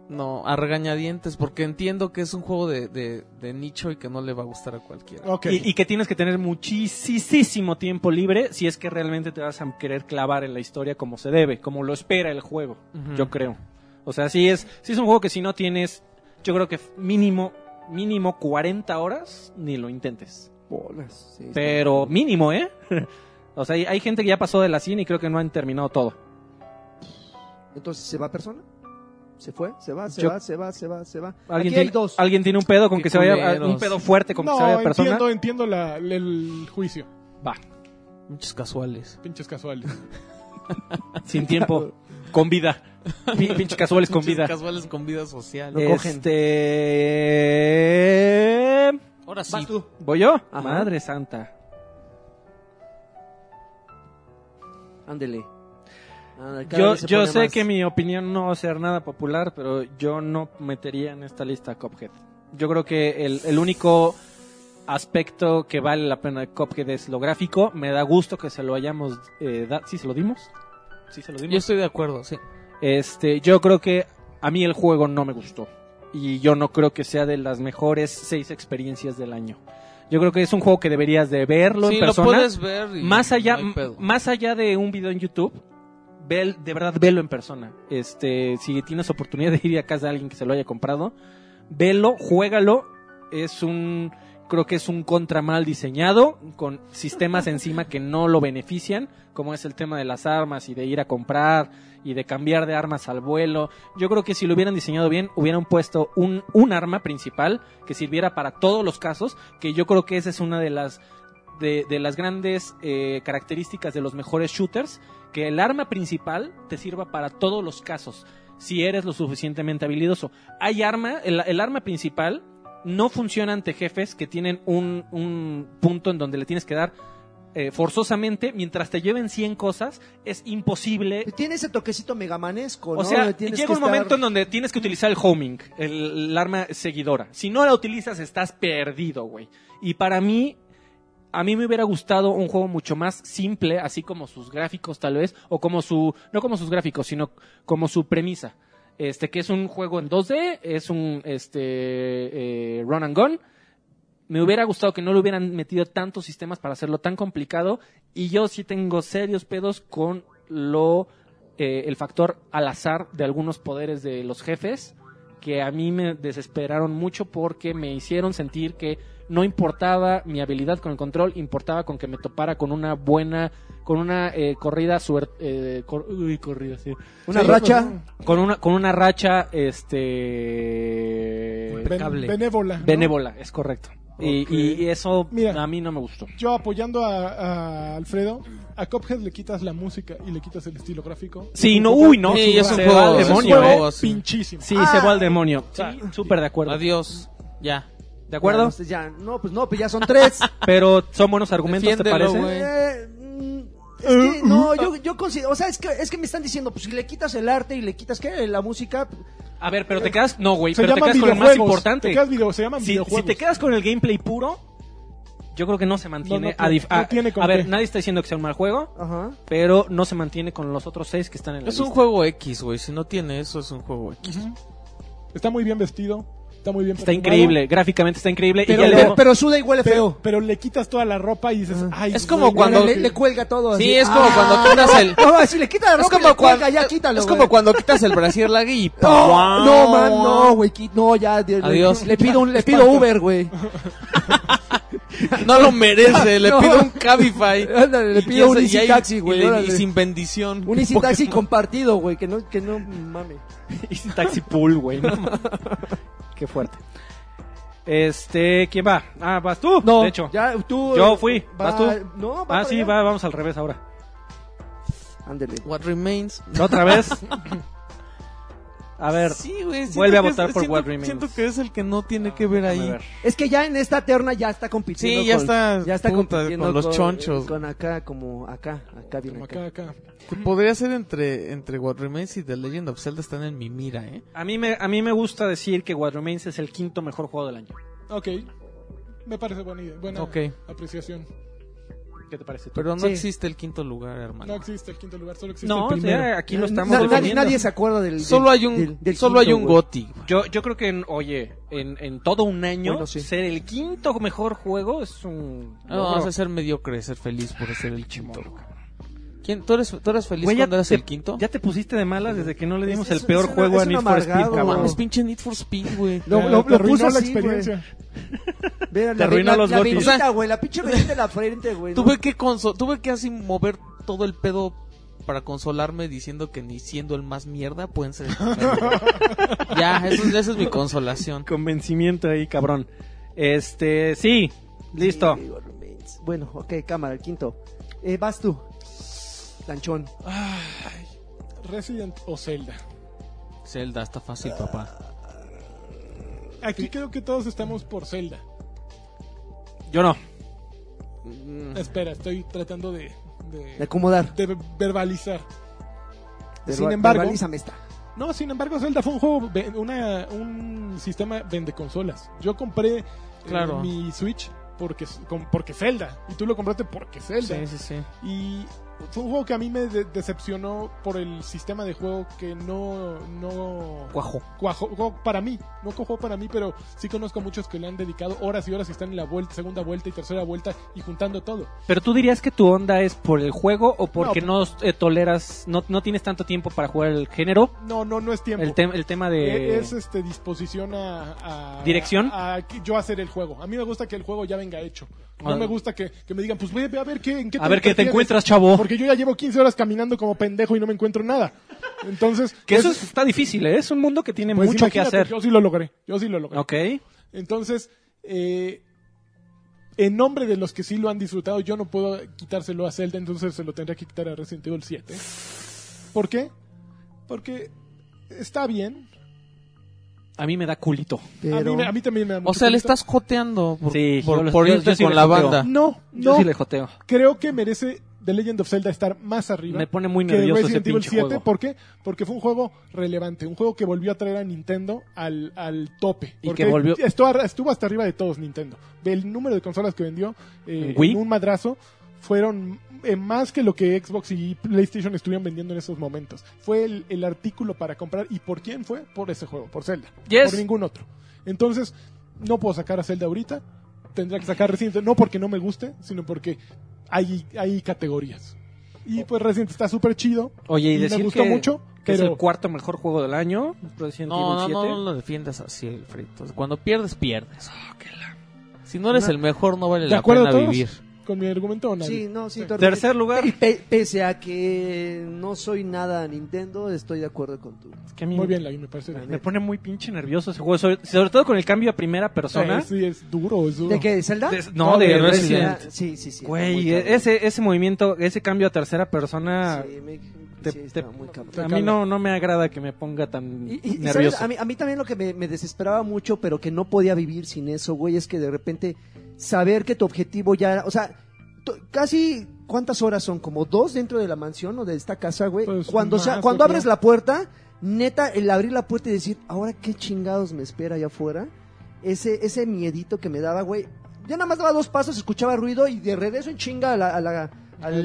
No, a regañadientes. Porque entiendo que es un juego de, de, de nicho y que no le va a gustar a cualquiera. Ok. Y, y que tienes que tener muchísimo tiempo libre si es que realmente te vas a querer clavar en la historia como se debe, como lo espera el juego, Ujú. yo creo. O sea, sí es, sí es un juego que si no tienes, yo creo que mínimo, mínimo 40 horas, ni lo intentes. Bolas, sí, sí. Pero mínimo, ¿eh? o sea, hay, hay gente que ya pasó de la 100 y creo que no han terminado todo. Entonces, ¿se va persona? Se fue, se va, se Yo- va, se va, se va, se va. Aquí ¿Alguien, hay tiene, dos. alguien tiene un pedo con Qué que se vaya, culeros. un pedo fuerte con que se No, vaya persona. entiendo, entiendo la- el juicio. Va, Muchos casuales. Pinches casuales. sin tiempo, con vida. Pi- Pinches casuales con Pinches vida. Casuales con vida social. No cogen. Este. Ahora sí. Vas tú. ¿Voy yo? Ajá. Madre santa. Ándele. Ándale, cada Yo, vez se yo pone sé más. que mi opinión no va a ser nada popular, pero yo no metería en esta lista a Cophead. Yo creo que el, el único aspecto que vale la pena de Cophead es lo gráfico. Me da gusto que se lo hayamos eh, dado. ¿Sí se lo dimos? Sí se lo dimos. Yo estoy de acuerdo, sí. Este, yo creo que a mí el juego no me gustó. Y yo no creo que sea de las mejores seis experiencias del año. Yo creo que es un juego que deberías de verlo sí, en persona. lo puedes ver. y más allá, no hay pedo. más allá de un video en YouTube, ve el- de verdad velo en persona. Este, si tienes oportunidad de ir a casa de alguien que se lo haya comprado, velo, juégalo. Es un, creo que es un contra mal diseñado, con sistemas encima que no lo benefician, como es el tema de las armas y de ir a comprar y de cambiar de armas al vuelo. Yo creo que si lo hubieran diseñado bien, hubieran puesto un, un arma principal que sirviera para todos los casos, que yo creo que esa es una de las de, de las grandes eh, características de los mejores shooters, que el arma principal te sirva para todos los casos, si eres lo suficientemente habilidoso. Hay arma, el, el arma principal no funciona ante jefes que tienen un, un punto en donde le tienes que dar eh, forzosamente, mientras te lleven 100 cosas, es imposible Tiene ese toquecito megamanesco, o ¿no? sea, Tienes llega que un momento estar- en donde tienes que utilizar el homing, el, el arma seguidora. Si no la utilizas, estás perdido, güey. Y para mí, a mí me hubiera gustado un juego mucho más simple, así como sus gráficos tal vez, o como su, no como sus gráficos, sino como su premisa. Este, que es un juego en 2D, es un, este, eh, run and gun. Me hubiera gustado que no le hubieran metido tantos sistemas para hacerlo tan complicado. Y yo sí tengo serios pedos con lo eh, el factor al azar de algunos poderes de los jefes que a mí me desesperaron mucho porque me hicieron sentir que no importaba mi habilidad con el control, importaba con que me topara con una buena, con una eh, corrida suerte, uy, corrida, sí. Una Sí, pues, racha. Con una, con una racha, este, Ben- benévola. ¿no? benévola, es correcto. Y- Y, y eso Mira. a mí no me gustó. Yo apoyando a, a Alfredo, a Cophead le quitas la música y le quitas el estilo gráfico. Sí, no, uy, no. Sí, es se un va juego, al es un demonio, juego. eh. eh. pinchísimo. Sí, se va al demonio. Sí, súper de acuerdo. Adiós. Ya. ¿De acuerdo? Ya, ya, no, pues no, pues ya son tres. Pero son buenos argumentos, ¿te Defiéndelo, güey. parece? Eh, mm, es que, no, yo, yo considero, o sea, es que, es que me están diciendo, pues si le quitas el arte y le quitas, ¿qué? La música, pues, A ver, pero te quedas. No, güey, Se pero te llaman quedas con el más videojuegos. importante. Te quedas video- se llaman Si, si videojuegos. te quedas con el gameplay puro, yo creo que no se No, no mantiene. tiene- a dif- a, no tiene con a ver, qué. nadie está diciendo que sea un mal juego, ajá. pero no se mantiene con los otros seis que están en la Es un lista. juego X, güey. Si no tiene eso, es un juego X. Está muy bien vestido, está muy bien Está perfumado, increíble, gráficamente está increíble. Pero- y ya le Pero, pero suda y huele Pero, feo. pero le quitas toda la ropa y dices, Ah. ay, Es como güey, cuando- no, Le, le cuelga todo. Sí, así. es como cuando quitas el. Ah, no, si le quitas la Es ropa, como, le cuelga, cuando, ya quítalo. es como güey. cuando quitas el brasier la y No, no, man, no, güey, qui- no, ya. de- de- Adiós. Le pido, un, le pido Uber, güey. No lo merece, le No. pido un Cabify. Ándale, le Y pido un ese- y Easy ahí- Taxi, güey. y le- "Pues, Y órale. sin bendición. Un Easy Taxi compartido, güey, que no, que no mame. Easy Taxi Pool, güey. no mames. Qué fuerte. Este, ¿quién va? Ah, vas tú. No, de hecho. ya, tú. Yo eh, fui, va- vas tú. No, va ah, para sí, allá. va, vamos al revés ahora. Ándele. What remains. Otra vez. A ver, Sí, güey. siento Vuelve a que es- votar por siento- What Remains. Siento que es el que no tiene que ver déjame ahí. ver. Es que ya en esta terna ya está compitiendo. Sí, ya con- está, Ya está puta, compitiendo con los chonchos. Con acá, como acá. Acá viene como acá. acá, acá. Que podría ser entre, entre What Remains y The Legend of Zelda están en mi mira, ¿eh? A mí, me, a mí me gusta decir que What Remains es el quinto mejor juego del año. Ok. Me parece buena idea, buena Ok. apreciación. ¿Qué te parece? tú? Pero no Sí. existe el quinto lugar, hermano. No existe el quinto lugar, solo existe no, eh, el o primero. sea, aquí lo Na- estamos na- Eh, nadie, definiendo. nadie se acuerda del. del- solo hay un, del- del solo hay quinto, un güey. GOTY. Yo, yo creo que, en- oye, en, en todo un año, Bueno, sí. ser el quinto mejor juego es un... No, logro. vas a ser mediocre, ser feliz por ser el quinto. ¿Quién, ¿tú, eres, ¿Tú eres feliz Güey, ya cuando eras te- el quinto? Ya te pusiste de malas desde que no le dimos Es- es- el peor es una- juego a es un Need for Speed, amargado. No cabrón. Este mames, pinche Need for Speed, güey. Lo, Te- lo, te lo arruinó puso la así, experiencia. güey. Ve, la- Te arruinó la- los La gotis. velita, O sea- güey, la pinche velita en la frente, güey. ¿no? Tuve que conso- tuve que así mover todo el pedo para consolarme diciendo que ni siendo el más mierda pueden ser. el primero. ya, eso, es- esa es mi consolación. Convencimiento ahí, cabrón. Este, sí, listo. Sí, Orleans. Bueno, ok, cámara, el quinto. Eh, vas tú. Lanchón. Ay, Resident o Zelda. Zelda, está fácil, papá. Aquí creo que todos estamos por Zelda. Yo no. Mm. Espera, estoy tratando de, de- De acomodar. de verbalizar. Sin Verba- embargo- verbalízame esta. No, sin embargo, Zelda fue un juego, ve- una, un sistema vende consolas. Yo compré eh, Claro. mi Switch porque, con- porque Zelda. Y tú lo compraste porque Zelda. Sí, sí, sí. Y fue un juego que a mí me de- decepcionó por el sistema de juego que no. no Cuajo. cuajó- jugó para mí. No cuajó para mí, pero sí conozco a muchos que le han dedicado horas y horas y están en la vuelta, segunda vuelta y tercera vuelta y juntando todo. Pero tú dirías que tu onda es por el juego o porque No, no, eh, toleras, no, no tienes tanto tiempo para jugar el género. No, no, no es tiempo. El, tem- el tema de. Eh, Es este disposición a, a- ¿Dirección? A, a que yo hacer el juego. A mí me gusta que el juego ya venga hecho. No Ah. me gusta que, que me digan, pues voy a a ver qué, en qué a ver qué te entretienes. encuentras, chavo. Porque yo ya llevo 15 horas caminando como pendejo y no me encuentro nada. Entonces, Que pues, eso está difícil, ¿eh? es un mundo que tiene pues mucho que imagínate, hacer. Yo sí lo logré. Yo sí lo logré. Ok. Entonces, eh, en nombre de los que sí lo han disfrutado, yo no puedo quitárselo a Zelda, entonces se lo tendría que quitar a Resident Evil 7. ¿Por qué? Porque está bien. A mí me da culito. A, mí, Pero... me- a mí también me da O mucho sea, le gusto. estás joteando por, Sí, por- yo lo- por yo- irte yo sí con le la joteo. banda. No, Yo no. sí le joteo. Creo que merece The Legend of Zelda estar más arriba. Me pone muy que nervioso Resident ese Evil pinche 7, juego. ¿por qué? Porque fue un juego relevante, un juego que volvió a traer a Nintendo al, al tope. Y Porque que volvió- estuvo, ar- estuvo hasta arriba de todos Nintendo. El número de consolas que vendió eh, ¿Wii? en un madrazo fueron eh, más que lo que Xbox y PlayStation estuvieron vendiendo en esos momentos. Fue el, el artículo para comprar. ¿Y por quién fue? Por ese juego, por Zelda. Yes. Por ningún otro. Entonces, no puedo sacar a Zelda ahorita. Tendría que sacar Resident Evil, no porque no me guste, sino porque hay, hay categorías. Y pues Resident está súper chido. Oye, y, Y me decir gustó que, mucho, que es pero- el cuarto mejor juego del año, Resident No, no, Evil no, 7. no lo defiendas así, Alfredo. Cuando pierdes, pierdes. Oh, Si no eres el mejor, no vale ¿De la acuerdo pena todos? vivir. ¿Con mi argumento o nadie? Sí, no, sí, te Tercer lugar. Y pe- pese a que no soy nada Nintendo, estoy de acuerdo con tú. Es que a mí Muy bien, Lagui, me parece bien. Me pone muy pinche nervioso ese juego, sobre, sobre todo con el cambio a primera persona. Eh, sí, es duro, es duro. ¿De qué? ¿De Zelda? De- no, de Resident. Ah, Sí, sí, sí. Güey, está muy cabrón. ese, ese movimiento, ese cambio a tercera persona, Sí, me- te- sí, está te- muy cabrón. a mí no, no me agrada que me ponga tan Y, y- y nervioso. ¿sabes? A, mí, a mí también lo que me, me desesperaba mucho, pero que no podía vivir sin eso, güey, es que de repente saber que tu objetivo ya era, o sea, to- casi cuántas horas son, como dos dentro de la mansión o de esta casa, güey. Pues, cuando más, sea, yo cuando abres creo. la puerta, neta, el abrir la puerta y decir, ahora qué chingados me espera allá afuera, ese, ese miedito que me daba, güey. Yo nada más daba dos pasos, escuchaba ruido y de regreso en chinga a la, a la, al-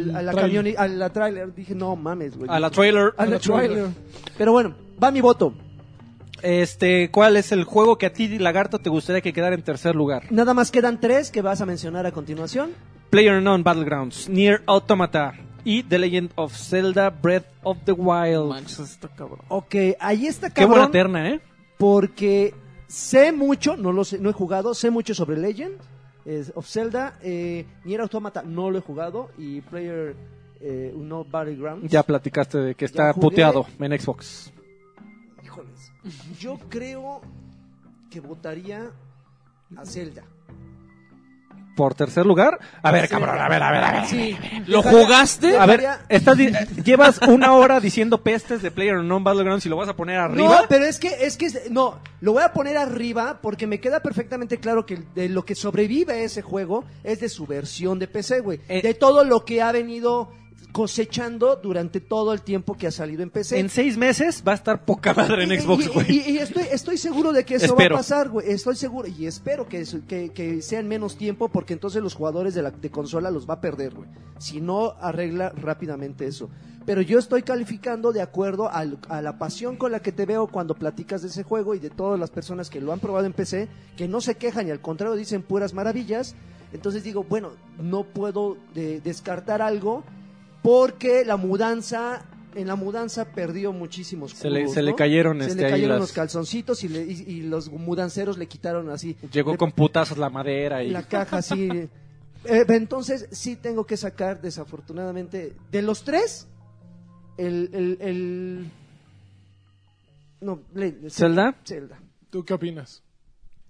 Al a la tráiler. camión- a la trailer. Dije, no mames, güey. A la trailer. A la trailer. Pero bueno, va mi voto. Este, ¿cuál es el juego que a ti, Lagarto, te gustaría que quedara en tercer lugar? Nada más quedan tres que vas a mencionar a continuación. PlayerUnknown Battlegrounds, Nier Automata y The Legend of Zelda Breath of the Wild. Manches, está cabrón. Ok, ahí está Qué buena cabrón. terna, ¿eh? porque sé mucho, no lo sé, no he jugado, sé mucho sobre Legend eh, of Zelda, eh, Nier Automata no lo he jugado y Player eh, No Battlegrounds. Ya platicaste de que está Ya jugué. puteado en Xbox. Híjoles, yo creo que votaría a Zelda. Por tercer lugar. A ver, Sí. cabrón, a ver, a ver, a ver. Sí. ¿Lo jugaste? A ver, Dejaría- estás di- llevas una hora diciendo pestes de PlayerUnknown Battlegrounds y lo vas a poner arriba. No, pero es que, es que, es- no, lo voy a poner arriba porque me queda perfectamente claro que de lo que sobrevive a ese juego es de su versión de PC, güey. Eh. de todo lo que ha venido cosechando durante todo el tiempo que ha salido en PC. En seis meses va a estar poca madre Y- en y- Xbox, y- güey. Y, y estoy, estoy seguro de que eso Espero. va a pasar, güey. Estoy seguro. Y espero que, eso- que, que sea en menos tiempo porque entonces los jugadores de, la, de consola los va a perder, güey. Si no arregla rápidamente eso. Pero yo estoy calificando de acuerdo al- a la pasión con la que te veo cuando platicas de ese juego y de todas las personas que lo han probado en PC, que no se quejan y al contrario dicen puras maravillas. Entonces digo, bueno, no puedo de- descartar algo porque la mudanza, en la mudanza perdió muchísimos Se le- cubos, se le ¿no? cayeron, Se este, le ahí cayeron las- los calzoncitos y, le- y- y los mudanceros le quitaron así. Llegó Le- con putazos la madera y La caja así. Eh, entonces sí tengo que sacar, desafortunadamente, de los tres, El, el, el... No, le- ¿Zelda? Zelda. ¿Tú qué opinas?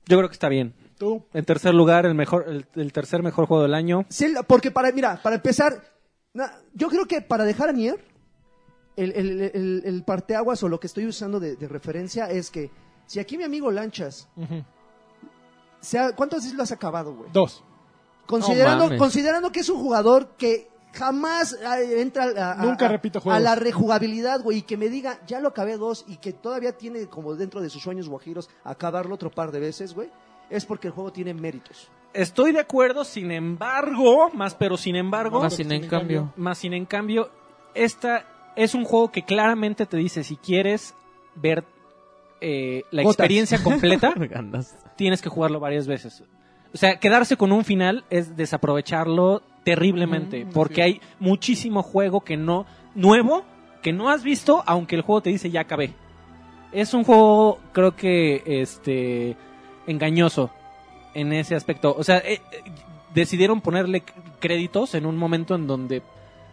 Yo creo que está bien. Tú, En tercer lugar, el mejor, el, el tercer mejor juego del año. Zelda, porque para, mira, para empezar, na- yo creo que para dejar a Nier, el, el- el- el parteaguas o lo que estoy usando de, de referencia es que si aquí mi amigo Lanchas, Ujú. sea, ¿cuántas veces lo has acabado, güey? dos. Considerando, mames. considerando que es un jugador que jamás ah, entra a, a- Nunca a- repito a juegos. la rejugabilidad, güey, y que me diga, ya lo acabé dos y que todavía tiene como dentro de sus sueños guajiros acabarlo otro par de veces, güey, es porque el juego tiene méritos. Estoy de acuerdo, sin embargo, más pero sin embargo, Más más, sin en cambio. sin en cambio, esta es un juego que claramente te dice si quieres ver eh, la Gotas. experiencia completa, Ganas. tienes que jugarlo varias veces. O sea, quedarse con un final es desaprovecharlo terriblemente, Ujú, porque sí. hay muchísimo juego que no nuevo que no has visto, aunque el juego te dice ya acabé. Es un juego, creo que, este, engañoso en ese aspecto. O sea, eh, eh, decidieron ponerle c- créditos en un momento en donde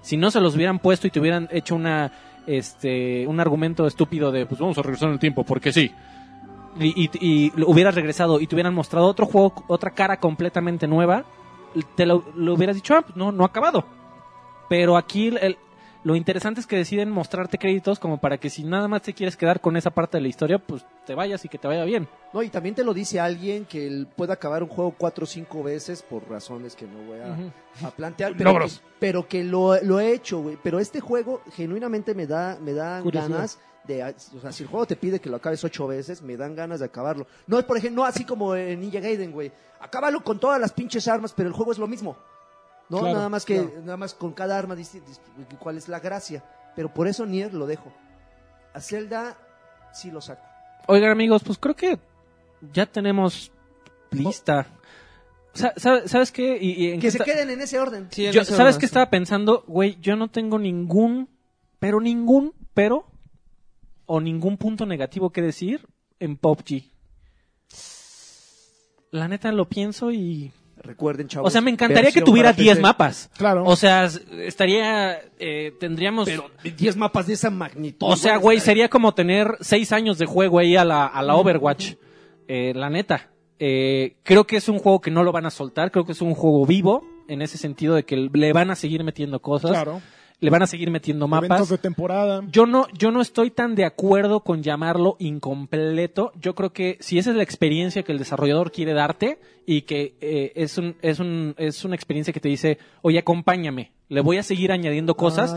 si no se los hubieran puesto y te hubieran hecho una, este, un argumento estúpido de, pues vamos a regresar en el tiempo, porque sí y, y- y lo hubieras regresado y te hubieran mostrado otro juego, otra cara completamente nueva, te lo, lo hubieras dicho, ah, pues no, no ha acabado. Pero aquí el- el- lo interesante es que deciden mostrarte créditos como para que si nada más te quieres quedar con esa parte de la historia, pues te vayas y que te vaya bien. No, y también te lo dice alguien que él puede acabar un juego cuatro o cinco veces por razones que no voy a, a plantear. Pero Logros. Que, pero que lo, lo he hecho, güey. Pero este juego genuinamente me da me dan Curiosidad. ganas de... O sea, si el juego te pide que lo acabes ocho veces, me dan ganas de acabarlo. No es, por ejemplo, no así como en Ninja Gaiden, güey. Acábalo con todas las pinches armas, pero el juego es lo mismo. No, Claro, nada más que... claro. Nada más con cada arma disti- dis- cuál es la gracia. Pero por eso Nier lo dejo. A Zelda sí lo saco. Oigan amigos, pues creo que ya tenemos lista. Sa- sabe- ¿Sabes qué? Y- y en Que qué se esta- queden en ese orden. Sí, en Yo- ese ¿Sabes orden. qué estaba pensando? Güey, yo no tengo ningún, pero ningún, pero, o ningún punto negativo que decir en PUBG. La neta lo pienso y... Recuerden, chavos. O sea, me encantaría que versión tuviera para 10 PC. mapas. Claro. O sea, s- estaría... eh, tendríamos... Pero 10 mapas de esa magnitud. o sea, güey, sería como tener 6 años de juego ahí a la, a la Overwatch. Eh, la neta. Eh, creo que es un juego que no lo van a soltar. Creo que es un juego vivo. En ese sentido de que le van a seguir metiendo cosas Claro. le van a seguir metiendo Eventos mapas. de temporada. Yo no, yo no estoy tan de acuerdo con llamarlo incompleto. Yo creo que si esa es la experiencia que el desarrollador quiere darte y que eh, es, un, es, un, es una experiencia que te dice, oye, acompáñame, le voy a seguir añadiendo cosas.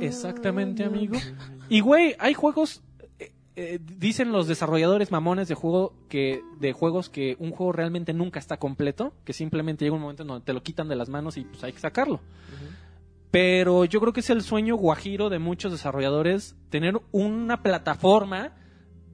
Exactamente, amigo. Y güey, hay juegos, eh, eh, dicen los desarrolladores mamones de juego que, de juegos que un juego realmente nunca está completo, que simplemente llega un momento en donde te lo quitan de las manos y pues hay que sacarlo. Pero yo creo que es el sueño guajiro de muchos desarrolladores tener una plataforma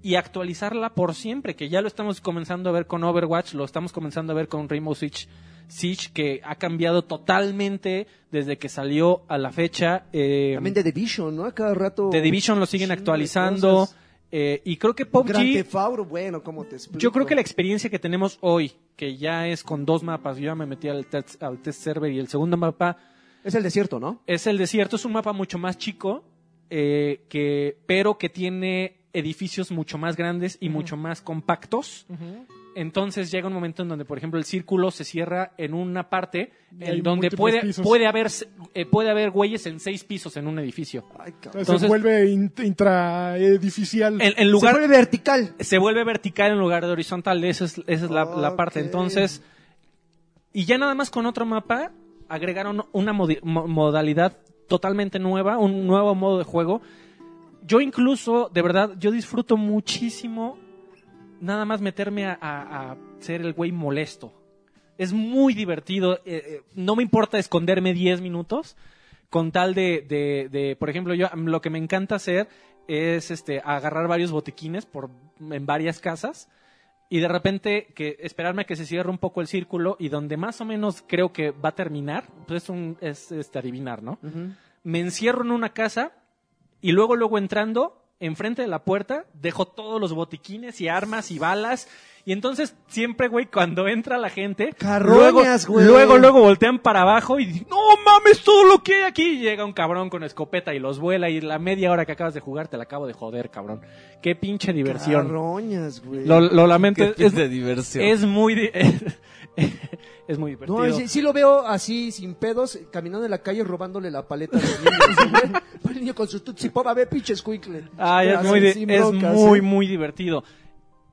y actualizarla por siempre, que ya lo estamos comenzando a ver con Overwatch, lo estamos comenzando a ver con Rainbow Six Siege, que ha cambiado totalmente desde que salió a la fecha. eh, También de Division, ¿no? A cada rato. The Division lo siguen Chingo de actualizando. cosas. eh, y creo que Gran PUBG, Tefauro, bueno, ¿cómo te explico? yo creo que la experiencia que tenemos hoy, que ya es con dos mapas, yo ya me metí al test, al test server y el segundo mapa Es el desierto, ¿no? es el desierto, es un mapa mucho más chico, eh, que, pero que tiene edificios mucho más grandes y mucho más compactos. Entonces llega un momento en donde, por ejemplo, el círculo se cierra en una parte Y hay en donde múltiples puede, pisos. puede, haber, eh, puede haber güeyes en seis pisos en un edificio. Ay, cabrón. Entonces, se Entonces- vuelve int- intraedificial. En, en lugar, Se vuelve vertical. se vuelve vertical en lugar de horizontal, esa es, esa es la, la parte. Ok. Entonces, y ya nada más con otro mapa, agregaron una modi- mo- modalidad totalmente nueva, un nuevo modo de juego. Yo incluso, de verdad, yo disfruto muchísimo nada más meterme a, a- a ser el güey molesto. Es muy divertido, eh, eh, no me importa esconderme 10 minutos con tal de, de, de, por ejemplo, yo lo que me encanta hacer es este agarrar varios botiquines por en varias casas y de repente que esperarme a que se cierre un poco el círculo y donde más o menos creo que va a terminar, pues es un es este adivinar, ¿no? Me encierro en una casa y luego luego entrando enfrente de la puerta, dejo todos los botiquines y armas y balas. Y entonces siempre, güey, cuando entra la gente, Carroñas, luego, güey. luego, luego voltean para abajo y dicen, no mames todo lo que hay aquí. Y llega un cabrón con escopeta y los vuela y la media hora que acabas de jugar te la acabo de joder, cabrón. Qué pinche diversión. Carroñas, güey. Lo, lo lamento. Qué Es, de diversión. es muy di- es muy divertido. No, sí, sí lo veo así, sin pedos, caminando en la calle robándole la paleta a los niños. güey. Va el niño con su tutsi pop, a ver, pinche escuincle. Ay, Ah, es Así, muy, di- sin es broncas, muy, ¿eh? muy divertido.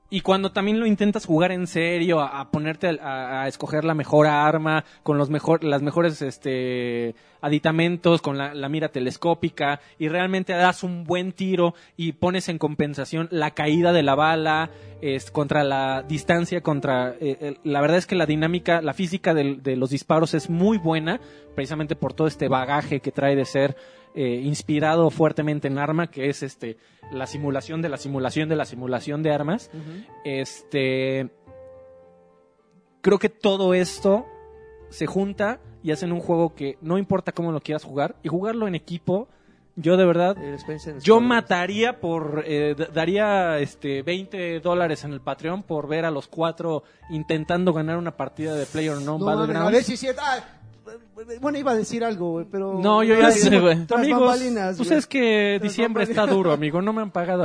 Y cuando también lo intentas jugar en serio, a, a ponerte al- a, a escoger la mejor arma, con los mejor, las mejores este, aditamentos, con la, la mira telescópica, y realmente das un buen tiro y pones en compensación la caída de la bala es, contra la distancia, contra... eh, el- la verdad es que la dinámica, la física del- de los disparos es muy buena, precisamente por todo este bagaje que trae de ser eh, inspirado fuertemente en Arma, que es este la simulación de la simulación de la simulación de armas. Este creo que todo esto se junta y hacen un juego que no importa cómo lo quieras jugar y jugarlo en equipo. Yo de verdad El Spencer yo Spencer. mataría por eh, d- daría este 20 dólares en el Patreon por ver a los cuatro intentando ganar una partida de Player No, No, mames, a ver si es cierto. Ah, bueno, iba a decir algo, güey, pero... No, yo ya Tras- sé, güey. tras Amigos, bambalinas, pues güey. es que Tras diciembre está bambalinas. duro, amigo. No me han pagado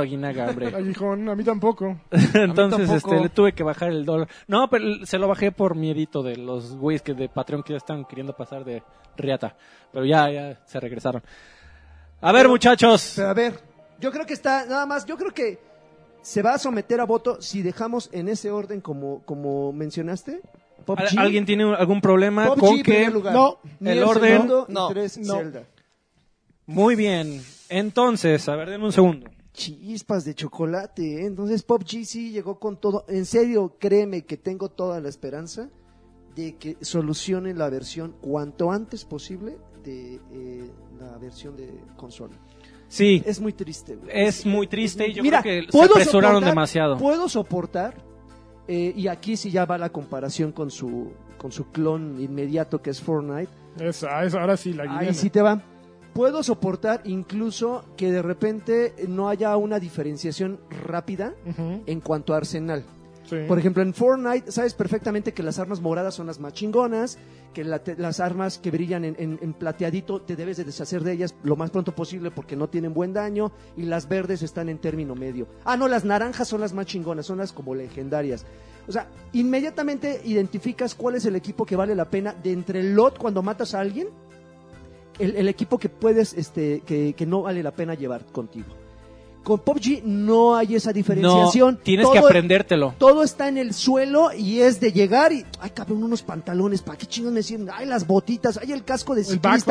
aguinaga, hombre. Aguijón, a mí tampoco. Entonces, tampoco. este, le tuve que bajar el dólar. No, pero se lo bajé por miedito de los güeyes que de Patreon que ya están queriendo pasar de riata. Pero ya, ya se regresaron. A ver, muchachos. Pero a ver, yo creo que está, nada más, yo creo que se va a someter a voto si dejamos en ese orden como, como mencionaste. Pop ¿al- ¿Alguien tiene algún problema PUBG con en que primer lugar. No, Ni el orden- segundo, ni no, tres, no. Zelda. Muy bien. Entonces, a ver, denme un segundo. Chispas de chocolate, ¿eh? entonces Pop G sí llegó con todo. En serio, créeme que tengo toda la esperanza de que solucione la versión cuanto antes posible de eh, la versión de consola. Sí, Es muy triste. güey. es muy triste y yo Mira, creo que se puedo apresuraron soportar- demasiado. Puedo soportar, eh, y aquí sí ya va la comparación con su, con su clon inmediato que es Fortnite. Esa, esa, ah, ahora sí, la Ahí guilena. sí te va. Puedo soportar incluso que de repente no haya una diferenciación rápida Ujú, en cuanto a arsenal. sí. Por ejemplo, en Fortnite sabes perfectamente que las armas moradas son las más chingonas, que la te- las armas que brillan en, en- en plateadito te debes de deshacer de ellas lo más pronto posible porque no tienen buen daño y las verdes están en término medio. Ah, no, las naranjas son las más chingonas, son las como legendarias. O sea, inmediatamente identificas cuál es el equipo que vale la pena de entre el lot cuando matas a alguien, el, el equipo que puedes, este, que, que no vale la pena llevar contigo. Con PUBG no hay esa No, diferenciación. tienes que Todo- aprendértelo. todo está en el suelo y es de llegar y, ay cabrón, unos pantalones, ¿para qué chingos me sirven? Ay, las botitas, ay, el casco de ciclista, el,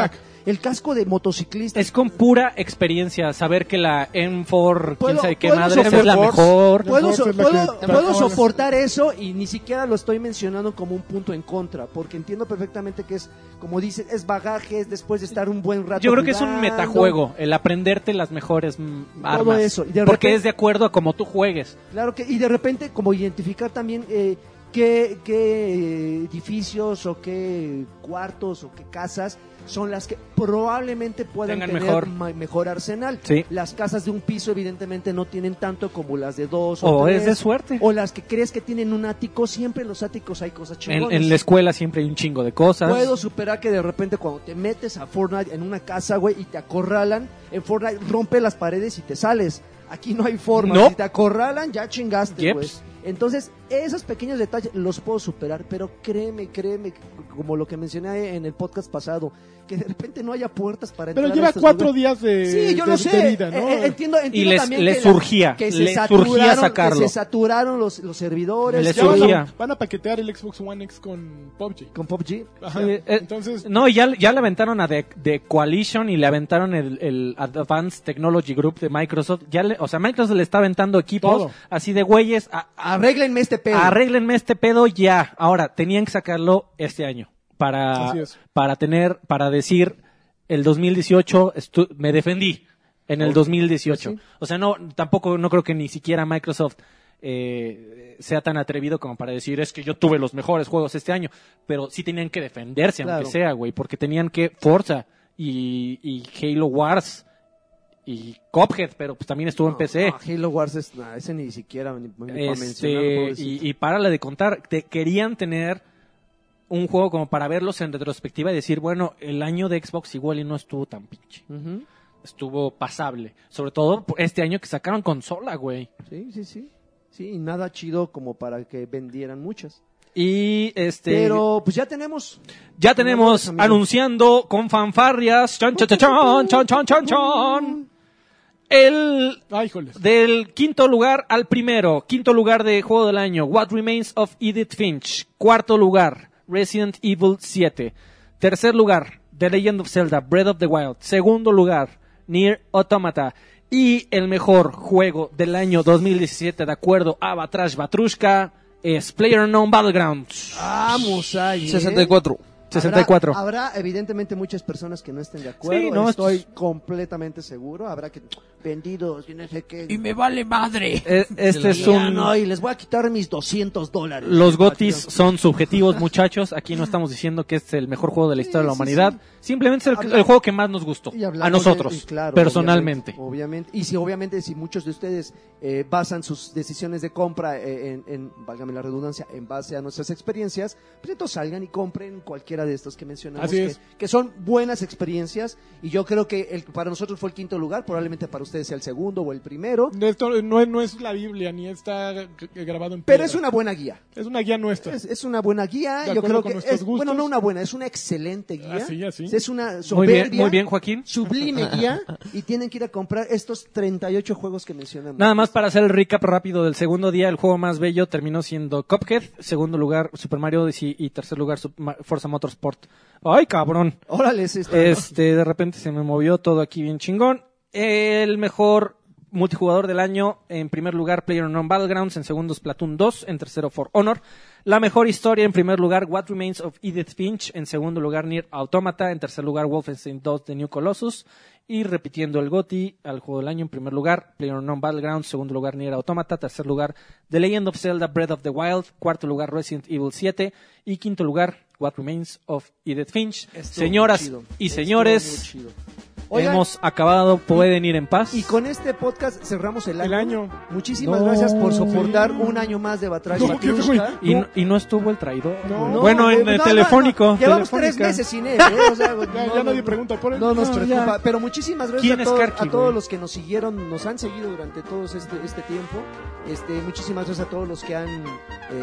backpack. casco de motociclista. Es con pura experiencia saber que la M4, quién Puedo- sabe qué puedo madre, es la soportar- mejor. Puedo, so- Forza es la puedo- que- puedo la- soportar eso y ni siquiera lo estoy mencionando como un punto en contra, porque entiendo perfectamente que es, como dices, es bagaje, es después de estar un buen rato. Yo creo que es un jugando. metajuego, el aprenderte las mejores mm, armas. eso, y de porque repente- es de acuerdo a cómo tú juegues. Claro que, y de repente como identificar también eh, qué, qué edificios o qué cuartos o qué casas son las que probablemente puedan Tengan tener mejor. ma- mejor arsenal. Sí. Las casas de un piso evidentemente no tienen tanto como las de dos o, O tres, Oh, es de suerte. o las que crees que tienen un ático, siempre en los áticos hay cosas En, chingonas. en la escuela siempre hay un chingo de cosas. Puedo superar que de repente cuando te metes a Fortnite en una casa, güey, y te acorralan, en Fortnite rompe las paredes y te sales. Aquí no hay forma. No. Si te acorralan, ya chingaste, Yeps. güey. Entonces, esos pequeños detalles los puedo superar, pero créeme, créeme, como lo que mencioné en el podcast pasado, que de repente no haya puertas para Pero entrar a lleva estos cuatro lugares. días de, Sí, yo de- lo sé. de vida, ¿no? Eh, eh, entiendo, entiendo Y les- también les que surgía, que se les surgía saturaron, sacarlo. Que se saturaron los, los servidores. Les Ya van, surgía. a, van a paquetear el Xbox One X con PUBG. Con PUBG. Ajá. Eh, eh, Entonces, No, y ya, ya le aventaron a The, The Coalition y le aventaron el, el Advanced Technology Group de Microsoft. Ya le- o sea, Microsoft le está aventando equipos Todo. así de güeyes. a- Arréglenme este pedo. Arréglenme este pedo ya. Ahora, tenían que sacarlo este año para, Así es. para tener, para decir, el 2018 estu- me defendí en el 2018. O sea, no, tampoco, no creo que ni siquiera Microsoft eh, sea tan atrevido como para decir, es que yo tuve los mejores juegos este año. Pero sí tenían que defenderse, Claro. aunque sea, güey, porque tenían que Forza y, y Halo Wars y Cophead, pero pues también estuvo en PC. No, Halo Wars es, nah, ese ni siquiera ni- ni pa' mencionarlo, Este, pobrecito. y, y párale de contar, te querían tener un juego como para verlos en retrospectiva y decir, bueno, el año de Xbox igual y no estuvo tan pinche. Ujú, Estuvo pasable. Sobre todo por este año que sacaron consola, güey. Sí, sí, sí. Sí, y nada chido como para que vendieran muchas. Y este Pero pues ya tenemos. ya tenemos tenemos, amigos. anunciando con fanfarrias chon, chon, chon, chon, chon, chon, chon, chon, el Ay, híjoles. Del quinto lugar al primero. Quinto lugar de juego del año. What Remains of Edith Finch. Cuarto lugar. Resident Evil 7. Tercer lugar. The Legend of Zelda. Breath of the Wild. Segundo lugar. Near Automata. Y el mejor juego del año 2017, de acuerdo a Batrash Batrushka, es PlayerUnknown Ah, Battlegrounds. Vamos ahí. ¿eh? 64. Habrá- 64. Habrá, evidentemente muchas personas que no estén de acuerdo. Sí, no, Estoy esto completamente seguro. Habrá que vendidos y no sé qué. Y me vale madre. Eh, Este es Ya no, un... y les voy a quitar mis 200 dólares. Los gotis Patrón. son subjetivos, muchachos. Aquí no estamos diciendo que es el mejor juego de la historia de la Sí, sí, humanidad. sí. Simplemente es el, Habla- el juego que más nos gustó. Y hablando A de- nosotros, y claro, personalmente. Obviamente, obviamente. Y si obviamente si muchos de ustedes eh, basan sus decisiones de compra eh, en, en, válgame la redundancia, en base a nuestras experiencias, pues entonces salgan y compren cualquiera de estos que mencionamos. Así que, es. que son buenas experiencias. Y yo creo que el, para nosotros fue el quinto lugar, probablemente para ustedes sea el segundo o el primero. Esto no, es- no es la Biblia, ni está g- g- grabado en Pero piedra. es una buena guía. Es una guía nuestra. Es, es una buena guía. De yo acuerdo creo con que nuestros es, bueno, gustos. no una buena, es una excelente guía. Así, así. Es una Muy soberbia. bien, muy bien, Joaquín. sublime guía y tienen que ir a comprar estos 38 juegos que mencionamos. Nada más para hacer el recap rápido del segundo día, el juego más bello terminó siendo Cuphead, segundo lugar Super Mario Odyssey y tercer lugar Sup- Ma- Forza Motorsport. ¡Ay, cabrón! Órale, es este. Este, de repente se me movió todo aquí bien chingón. El mejor multijugador del año, en primer lugar PlayerUnknown Battlegrounds, en segundo Splatoon 2, en tercero For Honor. La mejor historia, en primer lugar What Remains of Edith Finch, en segundo lugar Nier Automata, en tercer lugar Wolfenstein 2 The New Colossus. Y repitiendo el GOTI al juego del año, en primer lugar PlayerUnknown Battlegrounds, segundo lugar Nier Automata, tercer lugar The Legend of Zelda Breath of the Wild, cuarto lugar Resident Evil 7 y quinto lugar What Remains of Edith Finch. Estuvo Señoras muy chido. y Estuvo señores, muy chido. Oigan, Hemos acabado, pueden ir en paz. y con este podcast cerramos el año. El año. Muchísimas No, gracias por soportar sí. un año más de Batrash No, que Batrushka. güey. Y, no, y no estuvo el traidor. No. güey. No, bueno, en no, el no, telefónico. no, Llevamos tres telefónica. meses sin él. ¿eh? O sea, no, Ya, ya no, nadie no. pregunta por él. No nos No, preocupa, ya. pero muchísimas ¿Quién gracias a, es todos- Karki, a todos güey? los que nos siguieron, nos han seguido durante todo este, este tiempo. Este, muchísimas gracias a todos los que han eh,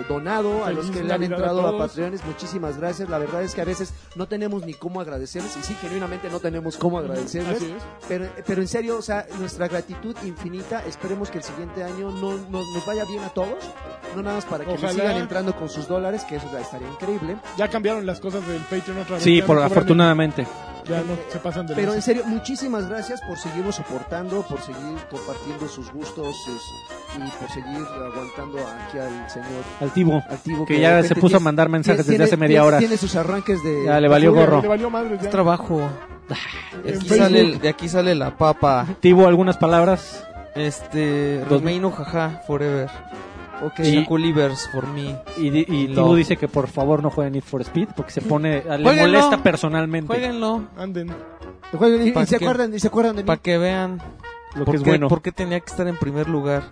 donado, a Feliz los que le han Navidad entrado a a, todos. Patreones, muchísimas gracias. La verdad es que a veces no tenemos ni cómo agradecerles, y sí, genuinamente no tenemos cómo agradecerles. Así es. Pero, pero en serio, o sea, nuestra gratitud infinita. Esperemos que el siguiente año no, no- nos vaya bien a todos. No nada más para que nos Ojalá. sigan entrando con sus dólares, que eso estaría increíble. Ya cambiaron las cosas del Patreon otra vez. Sí, Ya no por cobran- afortunadamente. Ya no se pasan de Pero en lanza. serio, muchísimas gracias por seguirnos soportando, por seguir compartiendo sus gustos sus- y por seguir aguantando aquí al señor Altivo. activo. Que de ya se repente puso tiene- a mandar mensajes desde hace media tiene- hora. Tiene sus arranques de... Ya le valió Oye, gorro. Le valió madre ya. Es trabajo. Ah, De En aquí, Facebook. sale, el- de aquí sale la papa. Altivo, algunas palabras. Este. Rosmeino, jaja, forever. Ok. Y Culivers, for me. Y, di- y No. Tibu dice que por favor no jueguen Need for Speed porque se pone. Le Jueguenlo. molesta personalmente. Jueguenlo. Anden. Oigan, y- y ¿Pa' se qué? acuerdan, y se acuerdan de mí. Para que vean Lo que por es qué, bueno. por qué tenía que estar en primer lugar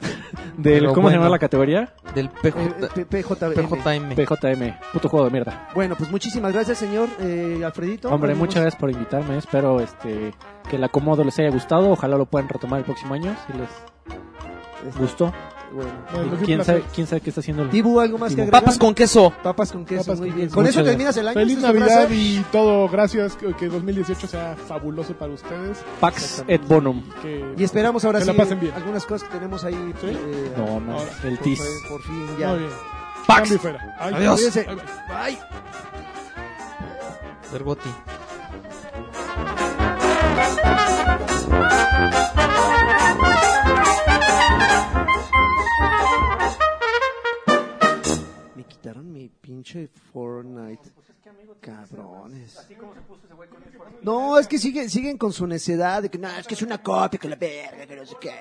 Del, pero ¿Cómo se bueno. llama la categoría? del Eh, PJ, eh, P- PJM. PJM. PJM. Puto juego de mierda. Bueno, pues muchísimas gracias, señor eh, Alfredito. Hombre, Nos muchas vemos. gracias por invitarme. Espero este que el acomodo les haya gustado. Ojalá lo puedan retomar el próximo año si les gustó. Bueno. Bueno, fue un ¿Quién sabe, placer. quién sabe qué está haciendo el Tibu, ¿algo más que Tibu. agregar? Papas con queso. Papas con queso, Papas muy con bien. queso. Con eso Muchas terminas el año. Feliz ¿esa es su Navidad frase? y todo. Gracias. Que que 2018 sea fabuloso para ustedes. Pax et bonum. Que... Y esperamos ahora Que sí la pasen bien. algunas cosas que tenemos ahí. ¿Sí? eh, No, no, Ahora, pues, el por- TIS. Por, fin ya. Muy bien. Pax. Cambio y fuera. Ay, Adiós. Cuídense. Bye. Vergoti. Me quitaron mi pinche Fortnite. Cabrones. No, es que siguen, siguen con su necedad de que no, es que es una copia, que la verga, que no sé qué.